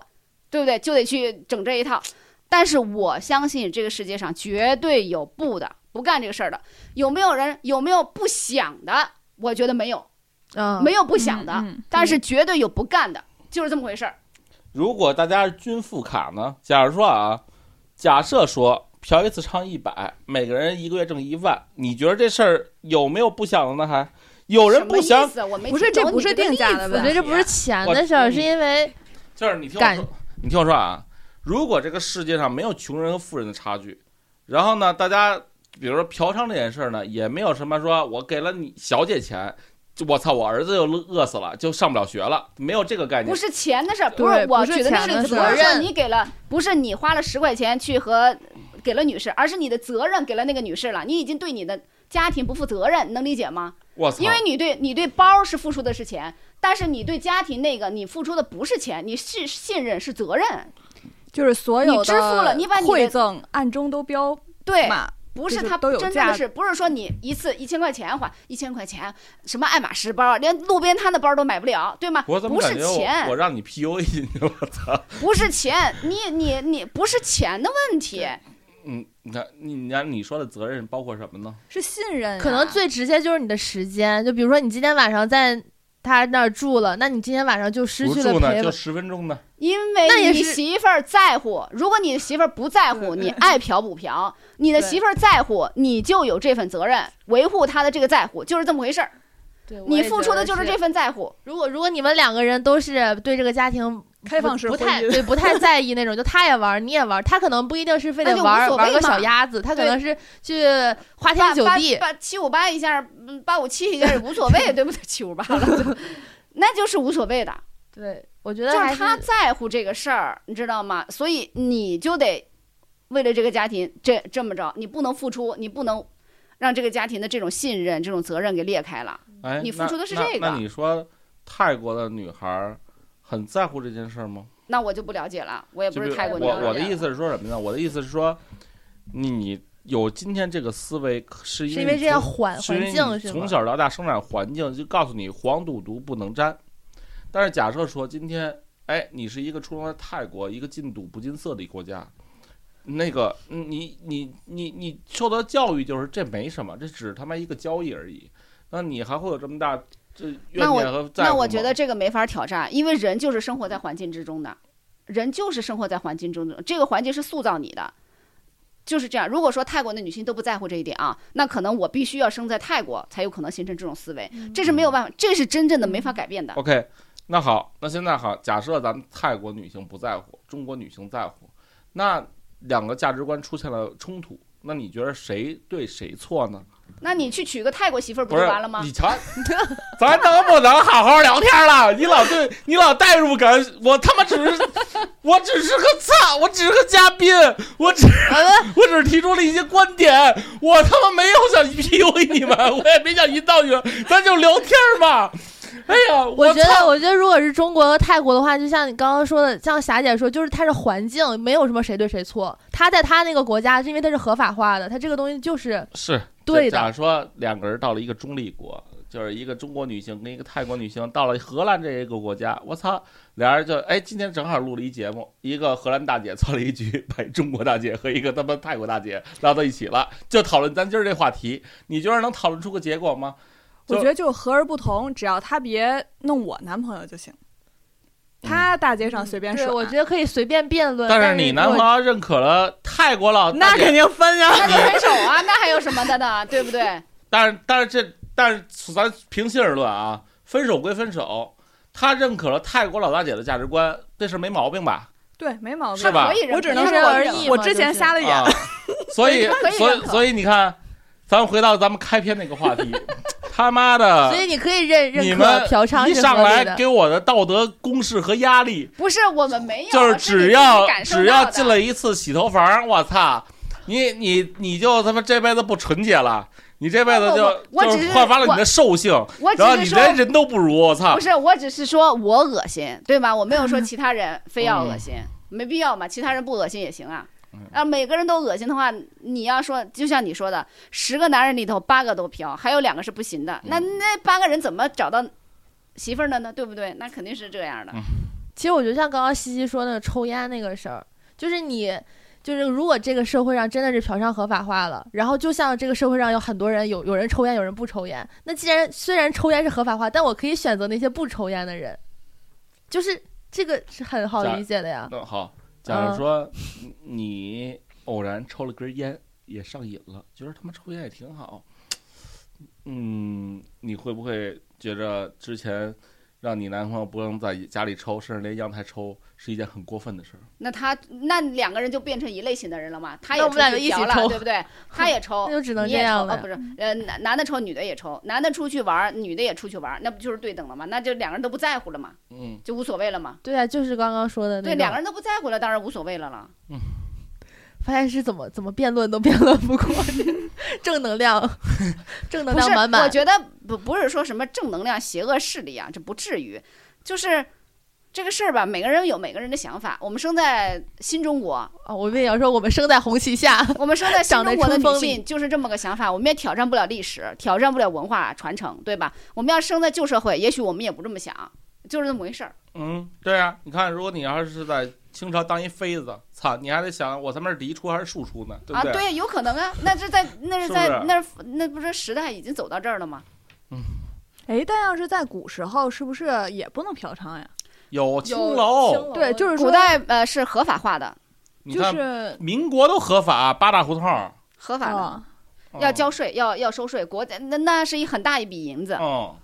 Speaker 3: 对不对？就得去整这一套。但是我相信这个世界上绝对有不的，不干这个事儿的。有没有人有没有不想的？我觉得没有，
Speaker 1: 啊，
Speaker 3: 没有不想的，
Speaker 2: 嗯嗯
Speaker 3: 但是绝对有不干的，就是这么回事儿。
Speaker 4: 如果大家是均富卡呢？假如说啊，假设说嫖一次娼一百，每个人一个月挣一万，你觉得这事儿有没有不想的呢？还有人不
Speaker 3: 什么
Speaker 4: 想
Speaker 3: 意，思？啊我没
Speaker 2: 不是
Speaker 3: 听懂
Speaker 2: 这不
Speaker 3: 你
Speaker 2: 是
Speaker 3: 这个
Speaker 2: 定价
Speaker 3: 例
Speaker 2: 的
Speaker 3: 子
Speaker 1: 我觉得这不是啊钱的事儿，
Speaker 4: 我
Speaker 1: 是因为
Speaker 4: 就是你听我
Speaker 1: 感
Speaker 4: 说，你听我说啊，如果这个世界上没有穷人和富人的差距，然后呢，大家比如说嫖娼这件事儿呢，也没有什么说我给了你小姐钱，就我操，我儿子又饿死了，就上不了学了，没有这个概念
Speaker 3: 不。是钱的事儿，
Speaker 2: 对
Speaker 3: 不是我
Speaker 2: 不是
Speaker 3: 举的那个
Speaker 2: 钱
Speaker 3: 例
Speaker 2: 的
Speaker 3: 子，
Speaker 2: 事
Speaker 3: 不
Speaker 2: 儿
Speaker 3: 是说
Speaker 1: 责任
Speaker 3: 你给了，不是你花了十块钱去和给了女士，而是你的责任给了那个女士了，你已经对你的家庭不负责任，能理解吗？
Speaker 4: 我操，
Speaker 3: 因为你对你对包是付出的是钱，但是你对家庭那个你付出的不是钱，你是信任是责任，
Speaker 2: 就是所有
Speaker 3: 你支付
Speaker 2: 的
Speaker 3: 了你把你的
Speaker 2: 馈赠暗中都标
Speaker 3: 对，
Speaker 2: 码，
Speaker 3: 不
Speaker 2: 就是是
Speaker 3: 他
Speaker 2: 都有
Speaker 3: 真正
Speaker 2: 价
Speaker 3: 的是不是说你一次一千块钱花一千块钱，什么爱马仕包，连路边摊的包都买不了，对吗？
Speaker 4: 我怎么
Speaker 3: 不
Speaker 4: 感
Speaker 3: 是
Speaker 4: 觉我我
Speaker 3: 钱，
Speaker 4: 让你 PUA 进去了？我操！
Speaker 3: 不是钱，你你你不是钱的问题，
Speaker 4: 嗯，你看，你你看你说的责任包括什么呢？
Speaker 2: 是信任啊、
Speaker 1: 可能最直接就是你的时间，就比如说你今天晚上在他那儿住了，那你今天晚上就失
Speaker 4: 不
Speaker 1: 去了
Speaker 4: 住呢，
Speaker 1: 陪
Speaker 4: 就
Speaker 1: 伴。
Speaker 4: 十分钟呢。
Speaker 3: 因
Speaker 1: 那
Speaker 3: 为
Speaker 1: 也
Speaker 3: 你
Speaker 1: 是
Speaker 3: 媳妇儿在乎。如果你媳妇儿不在乎，你爱嫖不嫖，你的
Speaker 2: 对
Speaker 3: 媳妇儿在乎，你就有这份责任，维护她的这个在乎，就是这么回事儿。
Speaker 1: 对我
Speaker 3: 你
Speaker 1: 也
Speaker 3: 付
Speaker 1: 觉
Speaker 3: 出的
Speaker 1: 得
Speaker 3: 就是这。份在乎。
Speaker 1: 如果如果你们两个人都是对这个家庭
Speaker 2: 开放
Speaker 1: 不
Speaker 2: 式
Speaker 1: 不
Speaker 2: 婚
Speaker 1: 太
Speaker 2: 姻
Speaker 1: 对不太在意那种，就他也玩儿你也玩儿，他可能不一定是非
Speaker 3: 那
Speaker 1: 得
Speaker 3: 就无
Speaker 1: 玩儿
Speaker 3: 所
Speaker 1: 玩
Speaker 3: 谓
Speaker 1: 个小
Speaker 3: 嘛
Speaker 1: 鸭子，他可
Speaker 3: 对
Speaker 1: 能是去花天
Speaker 3: 八
Speaker 1: 酒
Speaker 3: 八
Speaker 1: 地。
Speaker 3: 八七五八一下，嗯八五七一下也无所谓，对不对？七五八了 就，那就是无所谓的。
Speaker 1: 对，我觉得
Speaker 3: 就
Speaker 1: 还
Speaker 3: 是他
Speaker 1: 是
Speaker 3: 在乎这个事儿，你知道吗？所以你就得为了这个家庭这这么着，你不能付出，你不能让这个家庭的这种信任、这种责任给裂开了。
Speaker 4: 哎，
Speaker 3: 你付出的是
Speaker 4: 那
Speaker 3: 这
Speaker 4: 那
Speaker 3: 个
Speaker 4: 那你说泰国的女孩儿和很在乎这件事儿吗？
Speaker 3: 那我就不了解了，我也不
Speaker 4: 就是比
Speaker 3: 泰国
Speaker 4: 我
Speaker 3: 妞儿
Speaker 4: 我的
Speaker 3: 呀
Speaker 4: 意思是说什么呢？我的意思是说，你有今天这个思维，是因
Speaker 1: 是
Speaker 4: 为
Speaker 1: 因为
Speaker 4: 你
Speaker 1: 这样
Speaker 4: 从
Speaker 1: 环
Speaker 4: 是因
Speaker 1: 环
Speaker 4: 为
Speaker 1: 境
Speaker 4: 你
Speaker 1: 是吗
Speaker 4: 从？小到大生长环境就告诉你黄赌毒不能沾。但是假设说今天，哎，你是一个出生在泰国一个禁赌不禁色的国家，那个嗯你你你你受到教育就是这没什么，这只是他妈一个交易而已。那你还会有这么大这怨
Speaker 3: 那我
Speaker 4: 念和在乎
Speaker 3: 那我
Speaker 4: 吗
Speaker 3: 觉得这个没法挑战，因为人就是生活在环境之中的，人就是生活在环境中的，这个环境是塑造你的，就是这样。如果说泰国的女性都不在乎这一点啊，那可能我必须要生在泰国才有可能形成这种思维，这是没有办法，这是真正的没法改变的。
Speaker 4: OK，那好，那现在好，假设咱们泰国女性不在乎，中国女性在乎，那两个价值观出现了冲突，那你觉得谁对谁错呢？
Speaker 3: 那你去娶个泰国媳妇儿不
Speaker 4: 不
Speaker 3: 就是完了吗
Speaker 4: 你？瞧，咱能不能好好聊天了？你老对你老代入感，我他妈只是，我只是个操，我只是个嘉宾，我只我只是提出了一些观点，我他妈没有想 PUA 你们，我也没想引导你们，咱就聊天嘛。哎呀，
Speaker 1: 我觉
Speaker 4: 操
Speaker 1: 得，我觉得如果是中国和泰国的话，就像你刚刚说的，像霞姐说，就是它是环境，没有什么谁对谁错。她在她那个国家，是因为它是合法化的，它这个东西就是
Speaker 4: 是
Speaker 1: 对
Speaker 4: 假
Speaker 1: 的。
Speaker 4: 如说两个人到了一个中立国，就是一个中国女性跟一个泰国女性到了荷兰这一个国家，我操，俩人就哎，今天正好录了一节目，一个荷兰大姐操了一局，把中国大姐和一个他妈泰国大姐拉到一起了，就讨论咱今儿这话题，你觉得能讨论出个结果吗？
Speaker 2: 我
Speaker 4: 就
Speaker 2: 觉得就和而不同，只要他别弄我男朋友就行。他大街上随便
Speaker 1: 嗯对，
Speaker 2: 说，
Speaker 1: 我觉得可以随便辩论。
Speaker 4: 但
Speaker 1: 是
Speaker 4: 是你男朋友认可了泰国佬，
Speaker 2: 那肯定分啊。
Speaker 3: 那就分手啊， 那还有什么的呢？对不对？
Speaker 4: 但是但是这但是咱平心而论啊，分手归分手，他认可了泰国老大姐的价值观，这事儿没毛病吧？
Speaker 2: 对，没毛病。
Speaker 4: 是吧
Speaker 3: 可以忍
Speaker 2: 我只能
Speaker 3: 可以
Speaker 2: 说
Speaker 3: 忍
Speaker 1: 因人而异
Speaker 2: 我
Speaker 1: 嘛
Speaker 2: 之前
Speaker 1: 就是
Speaker 2: 瞎了眼，
Speaker 4: 啊、所以
Speaker 3: 可以认
Speaker 4: 所以
Speaker 3: 可
Speaker 4: 所以你看，咱们回到咱们开篇那个话 题，他妈的
Speaker 1: 所，以你可以认
Speaker 4: 你
Speaker 1: 认
Speaker 4: 们
Speaker 1: 可嫖娼
Speaker 4: 一
Speaker 1: 是合
Speaker 4: 上
Speaker 1: 理
Speaker 4: 来
Speaker 1: 的。
Speaker 4: 给我的道德公式和压力，
Speaker 3: 不是哎我们没有，
Speaker 4: 就是
Speaker 3: 你自
Speaker 4: 只
Speaker 3: 己
Speaker 4: 要
Speaker 3: 感受
Speaker 4: 只
Speaker 3: 到
Speaker 4: 要
Speaker 3: 的
Speaker 4: 进了一次洗头房，我操，你你你就他妈这辈子不纯洁了，你这辈子
Speaker 3: 不不
Speaker 4: 就
Speaker 3: 我
Speaker 4: 就
Speaker 3: 只是
Speaker 4: 焕发了
Speaker 3: 我
Speaker 4: 你的兽性，
Speaker 3: 我只
Speaker 4: 然后
Speaker 3: 是
Speaker 4: 你
Speaker 3: 说
Speaker 4: 连人都不如，我操
Speaker 3: 不！是，我只是说我恶心，对吧？我没有说其他人非要恶
Speaker 4: 嗯
Speaker 3: 心，没必要嘛，其他人不恶心也行啊。啊，每个人都恶心的话，你要说就像你说的，十个男人里头八个都飘，还有两个是不行的，那
Speaker 4: 嗯
Speaker 3: 那八个人怎么找到媳妇儿的呢？对不对？那肯定是这样的
Speaker 4: 嗯。
Speaker 1: 其实我觉得像刚刚西西说那个抽烟那个事儿，就是你。就是如果这个社会上真的是嫖娼合法化了，然后就像这个社会上有很多人有有人抽烟，有人不抽烟。那既然虽然抽烟是合法化，但我可以选择那些不抽烟的人，就是这个是很好
Speaker 4: 假
Speaker 1: 理解的呀。
Speaker 4: 那好，假如
Speaker 1: 啊嗯
Speaker 4: 说你你偶然抽了根烟，也上瘾了，觉得他妈抽烟也挺好，嗯，你会不会觉着之前让你男朋友不用在家里抽，甚至连阳台抽，是一件很过分的事儿？
Speaker 3: 那他那两个人就变成一类型的人了嘛？他也
Speaker 1: 那我们俩
Speaker 3: 出去
Speaker 1: 就一起
Speaker 3: 嫖了，
Speaker 1: 抽
Speaker 3: 对 不对？他也抽
Speaker 1: 那，就只能
Speaker 3: 你
Speaker 1: 这
Speaker 3: 也抽
Speaker 1: 样了
Speaker 3: 哦，
Speaker 1: 呀。
Speaker 3: 不是，呃，男男的抽，女的也抽，男的出去玩儿，女的也出去玩儿，那不就是对等了吗？那就两个人都不在乎了嘛，
Speaker 4: 嗯，
Speaker 3: 就无所谓了嘛。
Speaker 1: 对啊，就是刚刚说的那
Speaker 3: 对，两个
Speaker 1: 种
Speaker 3: 人都不在乎了，当然无所谓了了。
Speaker 1: 发现是怎么怎么辩论都辩论不过，正能 量，正能
Speaker 3: 不是
Speaker 1: 量，满
Speaker 3: 我
Speaker 1: 满。
Speaker 3: 觉得不不是说什么正能量、邪恶势力啊，这不至于。就是这个事儿吧，每个人有每个人的想法。我们生在新中国，
Speaker 1: 啊，我也要说我们生在红旗下，
Speaker 3: 我们生在新中国的
Speaker 1: 长在春
Speaker 3: 女
Speaker 1: 风
Speaker 3: 性
Speaker 1: 里
Speaker 3: 就是这么个想法，我们也挑战不了历史，挑战不了文化传承，对吧？我们要生在旧社会，也许我们也不这么想，就是这么回事儿。
Speaker 4: 嗯，对啊，你看，如果你要是在清朝当一妃子，操，你还得想我他妈是嫡出还是庶出呢，对不
Speaker 3: 啊，对，有可能啊，那是在那是
Speaker 4: 是不
Speaker 3: 在
Speaker 4: 是
Speaker 3: 那是那不是时代已经走到这儿了吗？
Speaker 2: 哎，但要是在古时候，是不是也不能嫖娼呀？
Speaker 4: 有 青楼，
Speaker 2: 对，就是
Speaker 3: 古
Speaker 2: 说，
Speaker 3: 代呃是合法化的，
Speaker 4: 你
Speaker 2: 就
Speaker 4: 看
Speaker 2: 是
Speaker 4: 民国都合法，八大胡同儿
Speaker 3: 合法的。
Speaker 1: 哦
Speaker 2: 啊，
Speaker 3: 要
Speaker 4: 嗯
Speaker 3: 交税，要要收税，国家那那是一很大一笔银子。
Speaker 4: 嗯。
Speaker 1: 嗯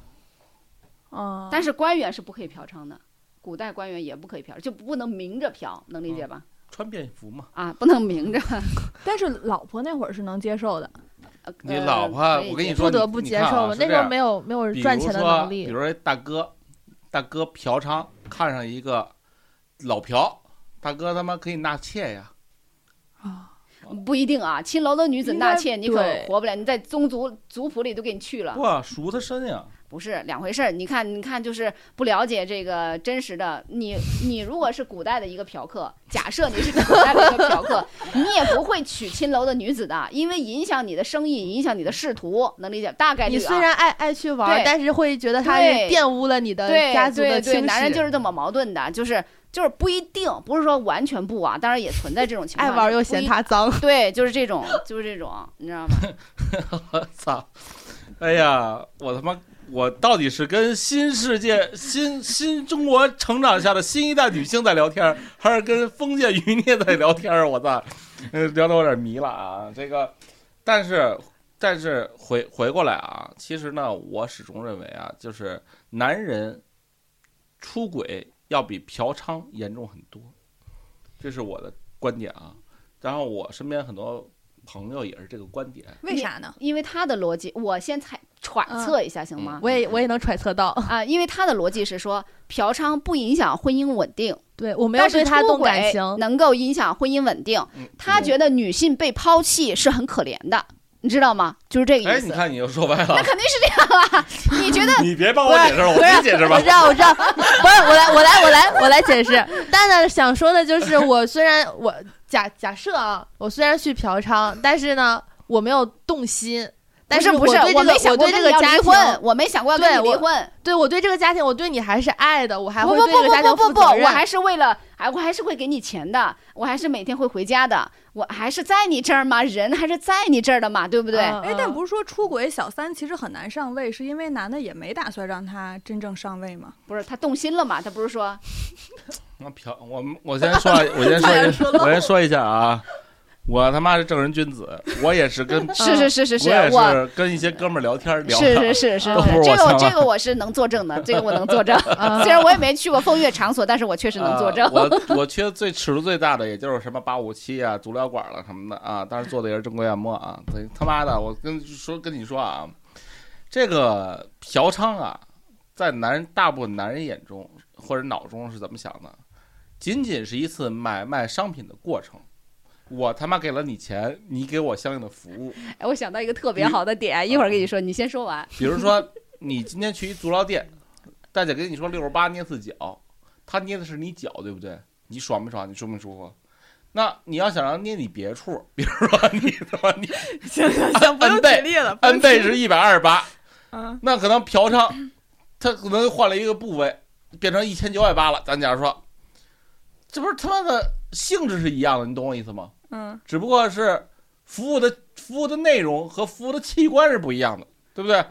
Speaker 2: 啊，
Speaker 3: 但是官员是不可以嫖娼的，古代官员也不可以嫖，就不能明着嫖，能理解吧？
Speaker 4: 穿便服嘛，
Speaker 3: 啊，不能明着。
Speaker 2: 但是老婆那会儿是能接受的，
Speaker 3: 呃
Speaker 4: 你老婆，我跟你，说，
Speaker 1: 不得
Speaker 4: 你
Speaker 1: 不
Speaker 4: 你
Speaker 1: 接
Speaker 4: 看啊
Speaker 1: 受嘛。
Speaker 4: 是
Speaker 1: 那
Speaker 4: 这
Speaker 1: 时候
Speaker 4: 样
Speaker 1: 没有没有
Speaker 4: 比
Speaker 1: 赚
Speaker 4: 如
Speaker 1: 钱的
Speaker 4: 说
Speaker 1: 能
Speaker 4: 比
Speaker 1: 力
Speaker 4: 如，说大哥，大哥嫖娼看上一个老嫖，大哥他妈可以纳妾呀。
Speaker 2: 啊，
Speaker 3: 不一定啊，青楼的女子纳妾，
Speaker 2: 应该
Speaker 3: 你可
Speaker 2: 对
Speaker 3: 活不了。你在宗族族谱里都给你去了，
Speaker 4: 哇，赎的身呀！
Speaker 3: 不是两回事儿。你看，你看，就是不了解这个真实的你。你如果是古代的一个嫖客，假设你是古代的一个嫖 客，你也不会娶青楼的女子的，因为影响你的生意，影响你的仕途，能理解？大概率、
Speaker 1: 你
Speaker 3: 啊。
Speaker 1: 虽然爱爱去玩儿
Speaker 3: 对，
Speaker 1: 但是会觉得他是
Speaker 3: 对
Speaker 1: 玷污了你的
Speaker 3: 对
Speaker 1: 家族的
Speaker 3: 对
Speaker 1: 清史。
Speaker 3: 对，男人就是这么矛盾的，就是就是不一定，不是说完全不啊，当然也存在这种情况，
Speaker 1: 爱玩儿
Speaker 3: 就
Speaker 1: 又
Speaker 3: 是不
Speaker 1: 嫌
Speaker 3: 一。
Speaker 1: 他 脏，
Speaker 3: 对，就是这种，就是这种，你知道吗？
Speaker 4: 我操！哎呀，我他妈，我到底是跟新世界、新新中国成长下的新一代女性在聊天儿，还是跟封建余孽在聊天儿？我操，呃聊得我有点迷了啊！这个，但是但是回回过来啊，其实呢，我始终认为啊，就是男人出轨要比嫖娼严重很多，这是我的观点啊。然后我身边很多朋友也是这个观点。
Speaker 2: 为啥呢？
Speaker 3: 因为他的逻辑，我先猜揣测一下，行吗？
Speaker 1: 我也嗯我也能揣测 到。
Speaker 3: 啊，因为他的逻辑是说，嫖娼不影响婚姻稳定，
Speaker 1: 对我没有
Speaker 3: 但是
Speaker 1: 对他
Speaker 3: 出
Speaker 1: 动感
Speaker 3: 轨
Speaker 1: 情，
Speaker 3: 能够影响婚姻稳定。
Speaker 4: 嗯
Speaker 3: 他觉得女性被抛弃是很可怜的，你知道吗？就是这个
Speaker 4: 哎，
Speaker 3: 意
Speaker 4: 你
Speaker 3: 思。
Speaker 4: 看你又说歪
Speaker 3: 那
Speaker 4: 了，
Speaker 3: 肯定是这样啊！ 你觉得
Speaker 4: 你别帮我解释了，我
Speaker 1: 不是
Speaker 4: 自己解 释吧
Speaker 1: 我知。道，我知道，不是我来，我来，我来，我来解释。蛋蛋想说的就是， 我虽然我假假设啊，我虽然去嫖娼，但是呢，我没有动心，但
Speaker 3: 不是
Speaker 1: 我
Speaker 3: 不是，
Speaker 1: 对这
Speaker 3: 没
Speaker 1: 个
Speaker 3: 想过
Speaker 1: 对
Speaker 3: 跟
Speaker 1: 这
Speaker 3: 你
Speaker 1: 个
Speaker 3: 要
Speaker 1: 家
Speaker 3: 离
Speaker 1: 庭，哦
Speaker 3: 婚，我没想过要跟
Speaker 1: 对
Speaker 3: 你离
Speaker 1: 我
Speaker 3: 婚。
Speaker 1: 对我对这个家庭，我对你还是爱的，我还
Speaker 3: 不
Speaker 1: 会
Speaker 3: 不
Speaker 1: 对
Speaker 3: 不
Speaker 1: 这个家庭
Speaker 3: 不不
Speaker 1: 负
Speaker 3: 不不，
Speaker 1: 责任。
Speaker 3: 我还是为了哎，我还是会给你钱的，我还是每天会回家的，我还是在你这儿嘛，人还是在你这儿的嘛，对不对？
Speaker 1: 嗯
Speaker 2: 哎，但不是说出轨小三其实很难上位，是因为男的也没打算让他真正上位吗？
Speaker 3: 不是他动心了嘛？他不是说
Speaker 4: 那嫖，我们我先说啊，我先说一下，我先说一下啊，我他妈是正人君子，我也是跟
Speaker 3: 是是是是是，
Speaker 4: 我也
Speaker 3: 我
Speaker 4: 是跟一些哥们儿聊天儿聊
Speaker 3: 是
Speaker 4: 的
Speaker 3: 是是是是
Speaker 4: 都不是我
Speaker 3: 这个
Speaker 4: 想
Speaker 3: 我
Speaker 4: 法
Speaker 3: 这个我是能作证 的，这个我能作 证。虽然我也没去过风月场所，但是我确实能作证。
Speaker 4: 呃我我缺最尺度最大的，也就是什么八五七啊、足疗馆了什么的啊，当然做的也是正规按摩啊。所以他妈的，我跟说跟你说啊，这个嫖娼啊，在男人大部分男人眼中或者脑中是怎么想的？仅仅是一次买卖商品的过程。我他妈给了你钱，你给我相应的服务。
Speaker 3: 哎，我想到一个特别好的
Speaker 4: 嗯
Speaker 3: 点，一会儿跟你说，你先说完。
Speaker 4: 比如说，你今天去一足疗店，大姐跟你说六十八捏四脚，她捏的是你脚，对不对？你爽不爽？你舒不舒服？那你要想让捏你别处，比如说你他妈你
Speaker 2: 行行
Speaker 4: 行不用举
Speaker 2: 例了
Speaker 4: N 倍是一百二十八，
Speaker 2: 嗯，
Speaker 4: 那可能嫖娼，他可能换了一个部位，变成一千九百八了。咱假如说，这不是他妈的性质是一样的，你懂我意思吗？
Speaker 2: 嗯，
Speaker 4: 只不过是服务的服务的内容和服务的器官是不一样的，对不对？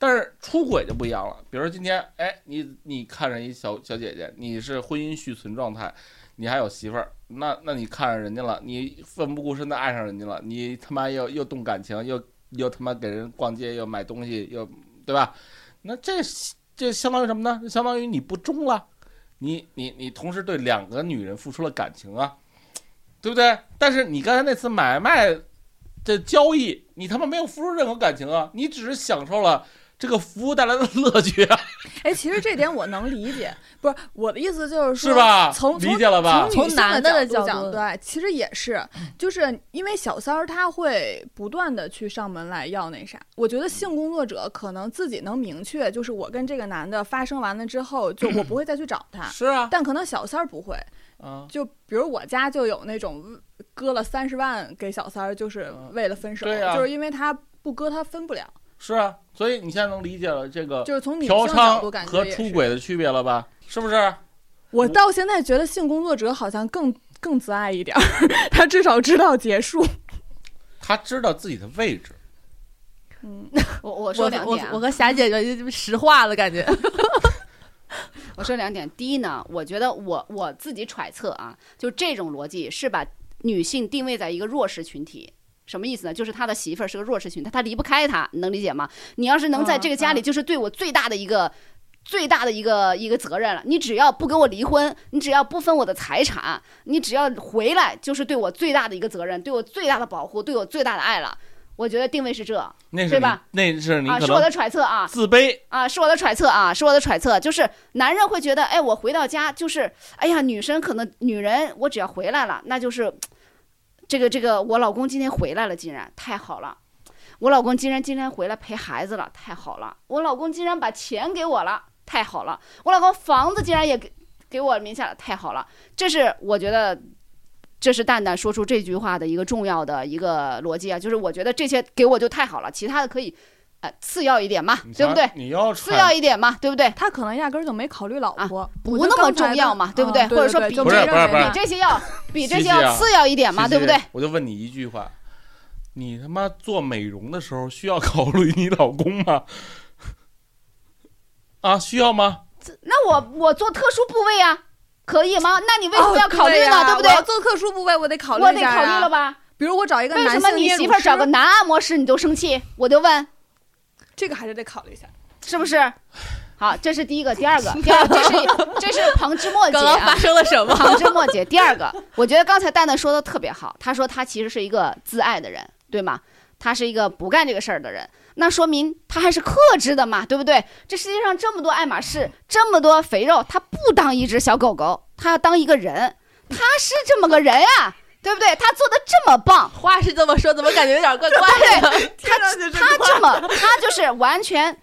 Speaker 4: 但是出轨就不一样了。比如说今天，哎，你你看着一小小姐姐，你是婚姻续存状态，你还有媳妇儿，那那你看上人家了，你奋不顾身的爱上人家了，你他妈又又动感情，又又他妈给人逛街，又买东西，又对吧？那这这相当于什么呢？相当于你不忠了，你你你同时对两个女人付出了感情啊，对不对？但是你刚才那次买卖这交易，你他妈没有付出任何感情啊，你只是享受了这个服务带来的乐趣啊，
Speaker 2: 哎，其实这点我能理解，不是我的意思就是说，
Speaker 4: 是吧？
Speaker 2: 从从
Speaker 4: 理解了吧？。
Speaker 2: 从女
Speaker 1: 从
Speaker 2: 性
Speaker 1: 男的的
Speaker 2: 的角
Speaker 1: 角度
Speaker 2: 讲，对，其实也是，就是因为小三儿他会不断的去上门来要那啥。我觉得性工作者可能自己能明确，就是我跟这个男的发生完了之后，就我不会再去找他
Speaker 4: 是啊，
Speaker 2: 但可能小三儿不会，
Speaker 4: 啊，
Speaker 2: 就比如我家就有那种割了三十万给小三儿，就是为了分手，
Speaker 4: 对啊
Speaker 2: 就是因为他不割他分不了，
Speaker 4: 是啊，所以你现在能理解了这个
Speaker 2: 就是从女
Speaker 4: 嫖
Speaker 2: 性角度
Speaker 4: 娼
Speaker 2: 感
Speaker 4: 和
Speaker 2: 觉也
Speaker 4: 出
Speaker 2: 是。
Speaker 4: 轨的区别了吧？是不是？
Speaker 2: 我到现在觉得性工作者好像更更自爱一点儿， 他至少知道结束。
Speaker 4: 他知道自己的位置，
Speaker 2: 嗯，
Speaker 3: 我我
Speaker 1: 我
Speaker 3: 说两
Speaker 1: 我
Speaker 3: 点啊，
Speaker 1: 我和霞姐姐就石化了， 感觉。
Speaker 3: 我说两点，第一呢，我觉得我我自己揣测啊，就这种逻辑是把女性定位在一个弱势群体。什么意思呢？就是他的媳妇儿是个弱势群体，他离不开他，你能理解吗？你要是能在这个家里，就是对我最大的一个、最大的一个一个责任了。你只要不跟我离婚，你只要不分我的财产，你只要回来，就是对我最大的一个责任，对我最大的保护，对我最大的爱了。我觉得定位是这啊，
Speaker 4: 那是
Speaker 3: 对
Speaker 4: 你
Speaker 3: 吧
Speaker 4: 那是你可
Speaker 3: 是我
Speaker 4: 能
Speaker 3: 的揣测啊。
Speaker 4: 自卑，
Speaker 3: 啊，是我的揣测啊，是我的揣测，就是男人会觉得，哎，我回到家就是，哎呀，女生可能女人，我只要回来了，那就是这个这个，我老公今天回来了，竟然太好了。我老公竟然今天回来陪孩子了，太好了。我老公竟然把钱给我了，太好了。我老公房子竟然也给给我名下了，太好了。这是我觉得，这是蛋蛋说出这句话的一个重要的一个逻辑啊，就是我觉得这些给我就太好了，其他的可以，呃，次要一点嘛，对不对？？
Speaker 4: 你要
Speaker 3: 次要一点嘛，对不对？
Speaker 2: 他可能压根儿就没考虑老婆，
Speaker 3: 啊不那么重要嘛，对不对？
Speaker 2: 嗯
Speaker 3: 或者说比
Speaker 4: 不是
Speaker 3: 这
Speaker 4: 不是不是
Speaker 3: 比这些要比这些
Speaker 4: 西西
Speaker 3: 要
Speaker 4: 啊
Speaker 3: 次要一点嘛，对不对？？
Speaker 4: 我就问你一句话，你他妈做美容的时候需要考虑你老公吗？ 啊，需要吗？
Speaker 3: 那我我做特殊部位啊，可以吗？那你为什么要考虑呢？对
Speaker 2: 哦对
Speaker 3: 不对
Speaker 2: 我？要做特殊部位，我得考虑
Speaker 3: 我
Speaker 2: 一
Speaker 3: 得
Speaker 2: 下
Speaker 3: 考虑了
Speaker 2: 啊。
Speaker 3: 吧？
Speaker 2: 比如我找一个
Speaker 3: 为什
Speaker 2: 男
Speaker 3: 么
Speaker 2: 性
Speaker 3: 你
Speaker 2: 业主
Speaker 3: 媳妇儿找个
Speaker 2: 师
Speaker 3: 男按摩师你都生气？我就问，
Speaker 2: 这个还是得考虑一下。
Speaker 3: 是不是？好，这是第一个，第二个，第二个，这是这是旁枝末节
Speaker 1: 刚刚
Speaker 3: 啊
Speaker 1: 发。生了什么？
Speaker 3: 旁枝末节。第二个，我觉得刚才蛋蛋说的特别好，他说他其实是一个自爱的人，对吗？他是一个不干这个事儿的人，那说明他还是克制的嘛，对不对？这世界上这么多爱马仕，这么多肥肉，他不当一只小狗狗，他要当一个人，他是这么个人啊，对不对？他做的这么棒，
Speaker 1: 话是这么说，怎么感觉有点怪怪的？
Speaker 3: 他这么，他就是完全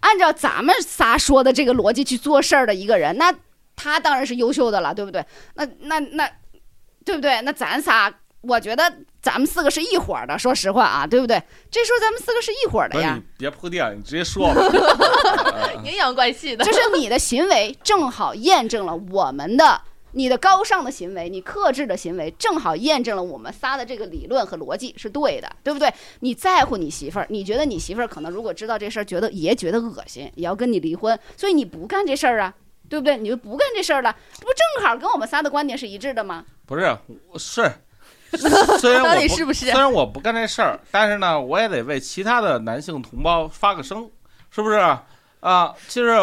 Speaker 3: 按照咱们仨说的这个逻辑去做事儿的一个人，那他当然是优秀的了，对不对？那那那，对不对？那咱仨，我觉得咱们四个是一伙儿的，说实话啊，对不对？这时候咱们四个是一伙儿
Speaker 4: 不
Speaker 3: 的
Speaker 4: 是
Speaker 3: 哎呀
Speaker 4: 你，别铺垫，你直接说 啊吧。
Speaker 1: 阴阳怪气的
Speaker 3: 就。是你的行为正好验证了我们的。你的高尚的行为，你克制的行为，正好验证了我们仨的这个理论和逻辑是对的，对不对？你在乎你媳妇儿，你觉得你媳妇儿可能如果知道这事儿，觉得也觉得恶心，也要跟你离婚，所以你不干这事儿啊，对不对？你就不干这事儿了，这不正好跟我们仨的观点是一致的吗？
Speaker 4: 不是，我是虽然
Speaker 1: 到
Speaker 4: 我
Speaker 1: 底
Speaker 4: 不
Speaker 1: 是不是
Speaker 4: 虽然我不干这事儿，但是呢，我也得为其他的男性同胞发个声，是不是啊？就是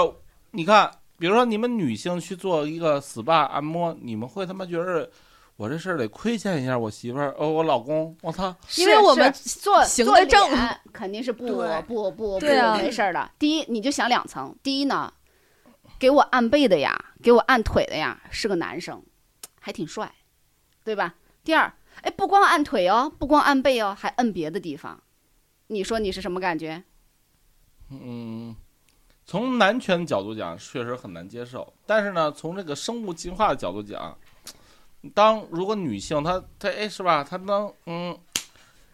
Speaker 4: 你看，比如说你们女性去做一个 SPA 按摩，你们会他妈觉得我这事儿得亏欠一下我媳妇儿，哦，我老公，我操，
Speaker 1: 因为我们
Speaker 3: 是做
Speaker 1: 行
Speaker 3: 做
Speaker 1: 得正
Speaker 3: 脸肯定是不
Speaker 2: 对
Speaker 3: 不不不
Speaker 1: 对啊
Speaker 3: 没事儿的。第一，你就想两层，第一呢，给我按背的呀，给我按腿的呀，是个男生，还挺帅，对吧？第二，哎，不光按腿哦，不光按背哦，还摁别的地方，你说你是什么感觉？
Speaker 4: 嗯，从男权角度讲，确实很难接受。但是呢，从这个生物进化的角度讲，当如果女性她她哎是吧，她能嗯，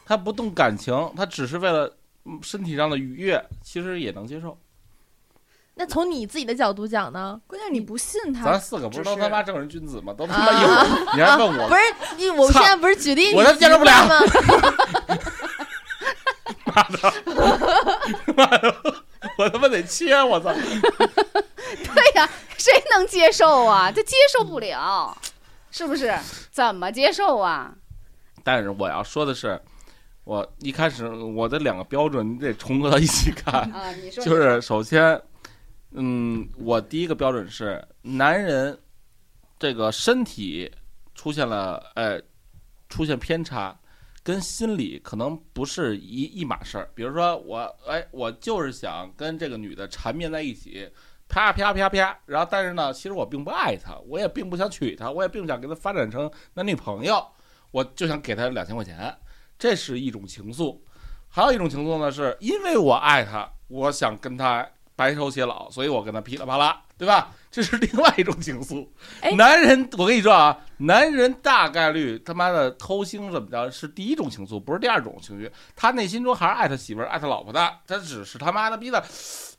Speaker 4: 她不动感情，她只是为了嗯身体上的愉悦，其实也能接受。
Speaker 1: 那从你自己的角度讲呢？
Speaker 2: 关键你不信
Speaker 4: 咱
Speaker 2: 他，
Speaker 4: 四个不
Speaker 2: 啊只
Speaker 4: 是都
Speaker 2: 是
Speaker 4: 他妈正人君子吗？都他妈有，你还问我
Speaker 1: 不是你，我
Speaker 4: 操
Speaker 1: 现在不是举例，
Speaker 4: 我都接受不了
Speaker 1: 你知道 吗。
Speaker 4: 我他妈得切！我操！
Speaker 3: 对呀、谁能接受啊？这接受不了，是不是？怎么接受啊？
Speaker 4: 但是我要说的是，我一开始我的两个标准，你得重合到一起看。
Speaker 3: 啊，你说
Speaker 4: 就是首先，嗯，我第一个标准是男人这个身体出现了呃出现偏差，跟心理可能不是一一码事儿。比如说我哎，我就是想跟这个女的缠绵在一起。啪啪啪啪，然后但是呢，其实我并不爱她，我也并不想娶她，我也并不想跟她发展成男女朋友，我就想给她两千块钱，这是一种情愫。还有一种情况呢，是因为我爱他，我想跟他白首偕老，所以我跟他噼里啪啦，对吧？这是另外一种情愫
Speaker 2: 哎。
Speaker 4: 男人，我跟你说啊，男人大概率他妈的偷腥怎么着是第一种情愫，不是第二种情绪。他内心中还是爱他媳妇儿、爱他老婆的，他只是他妈的逼的，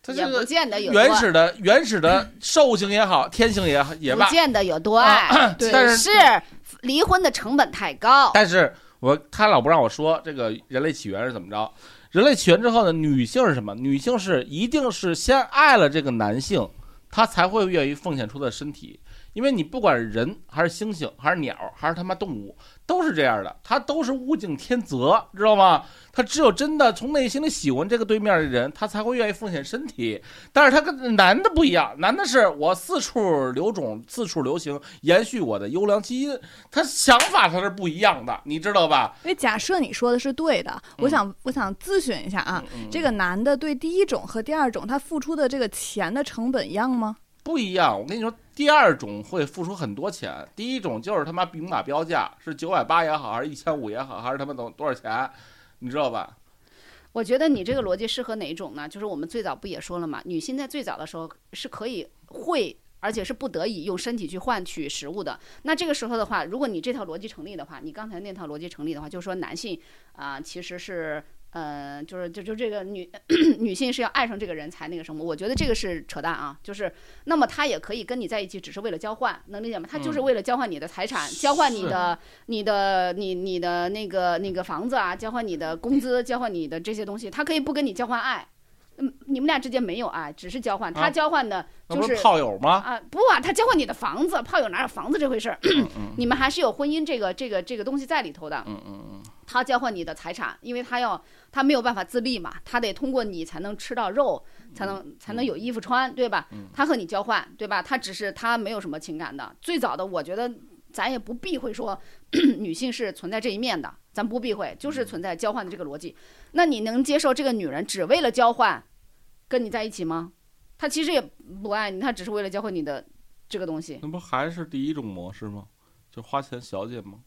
Speaker 4: 他
Speaker 3: 也
Speaker 4: 这
Speaker 3: 不
Speaker 4: 个
Speaker 3: 见得有多
Speaker 4: 原始的、原 始的兽性也好，天性也好也
Speaker 3: 不
Speaker 4: 罢，
Speaker 3: 见得有多爱，
Speaker 4: 对
Speaker 3: 只
Speaker 4: 但是
Speaker 3: 是离婚的成本太高。
Speaker 4: 但是我他老不让我说这个人类起源是怎么着？人类起源之后呢，女性是什么？女性是一定是先爱了这个男性，她才会愿意奉献出她的身体。因为你不管是人还是猩猩还是鸟还是他妈动物，都是这样的，他都是物竞天择，知道吗？他只有真的从内心里喜欢这个对面的人，他才会愿意奉献身体。但是他跟男的不一样，男的是我四处留种，四处流行，延续我的优良基因，他想法他是不一样的，你知道吧？
Speaker 2: 因为假设你说的是对的，我想我想咨询一下啊，
Speaker 4: 嗯嗯，嗯
Speaker 2: 这个男的对第一种和第二种他付出的这个钱的成本一样吗？
Speaker 4: 不一样。我跟你说，第二种会付出很多钱，第一种就是他妈明码标价，是九百八也好，还是一千五也好，还是他妈多多少钱，你知道吧？
Speaker 3: 我觉得你这个逻辑适合哪种呢？就是我们最早不也说了嘛，女性在最早的时候是可以会，而且是不得已用身体去换取食物的。那这个时候的话，如果你这套逻辑成立的话，你刚才那套逻辑成立的话，就是说男性啊、其实是。呃，就是就就这个女 女性是要爱上这个人才那个什么，我觉得这个是扯淡啊。就是那么他也可以跟你在一起，只是为了交换，能理解吗？他就是
Speaker 4: 嗯
Speaker 3: 为了交换你的财产，交换你
Speaker 4: 是
Speaker 3: 的你的你你的那个那个房子啊，交换你的工资，交换你的这些东西，他可以不跟你交换爱。嗯，你们俩之间没有爱，只是交换。他
Speaker 4: 啊
Speaker 3: 交换的
Speaker 4: 那
Speaker 3: 就
Speaker 4: 不
Speaker 3: 是
Speaker 4: 是炮友吗？
Speaker 3: 啊，不啊，他交换你的房子，炮友哪有房子这回事儿？
Speaker 4: 嗯嗯
Speaker 3: 你们还是有婚姻这个这个这个东西在里头的。
Speaker 4: 嗯嗯
Speaker 3: 他交换你的财产，因为他要他没有办法自立嘛，他得通过你才能吃到肉，才能才能有衣服穿，对吧
Speaker 4: 嗯？
Speaker 3: 他和你交换，对吧？他只是他没有什么情感的。最早的，我觉得咱也不避讳说 女性是存在这一面的，咱不避讳，
Speaker 4: 嗯
Speaker 3: 就是存在交换的这个逻辑。那你能接受这个女人只为了交换跟你在一起吗？她其实也不爱你，她只是为了交换你的这个东西
Speaker 4: 嗯，，那不还是第一种模式吗？就花钱小姐吗？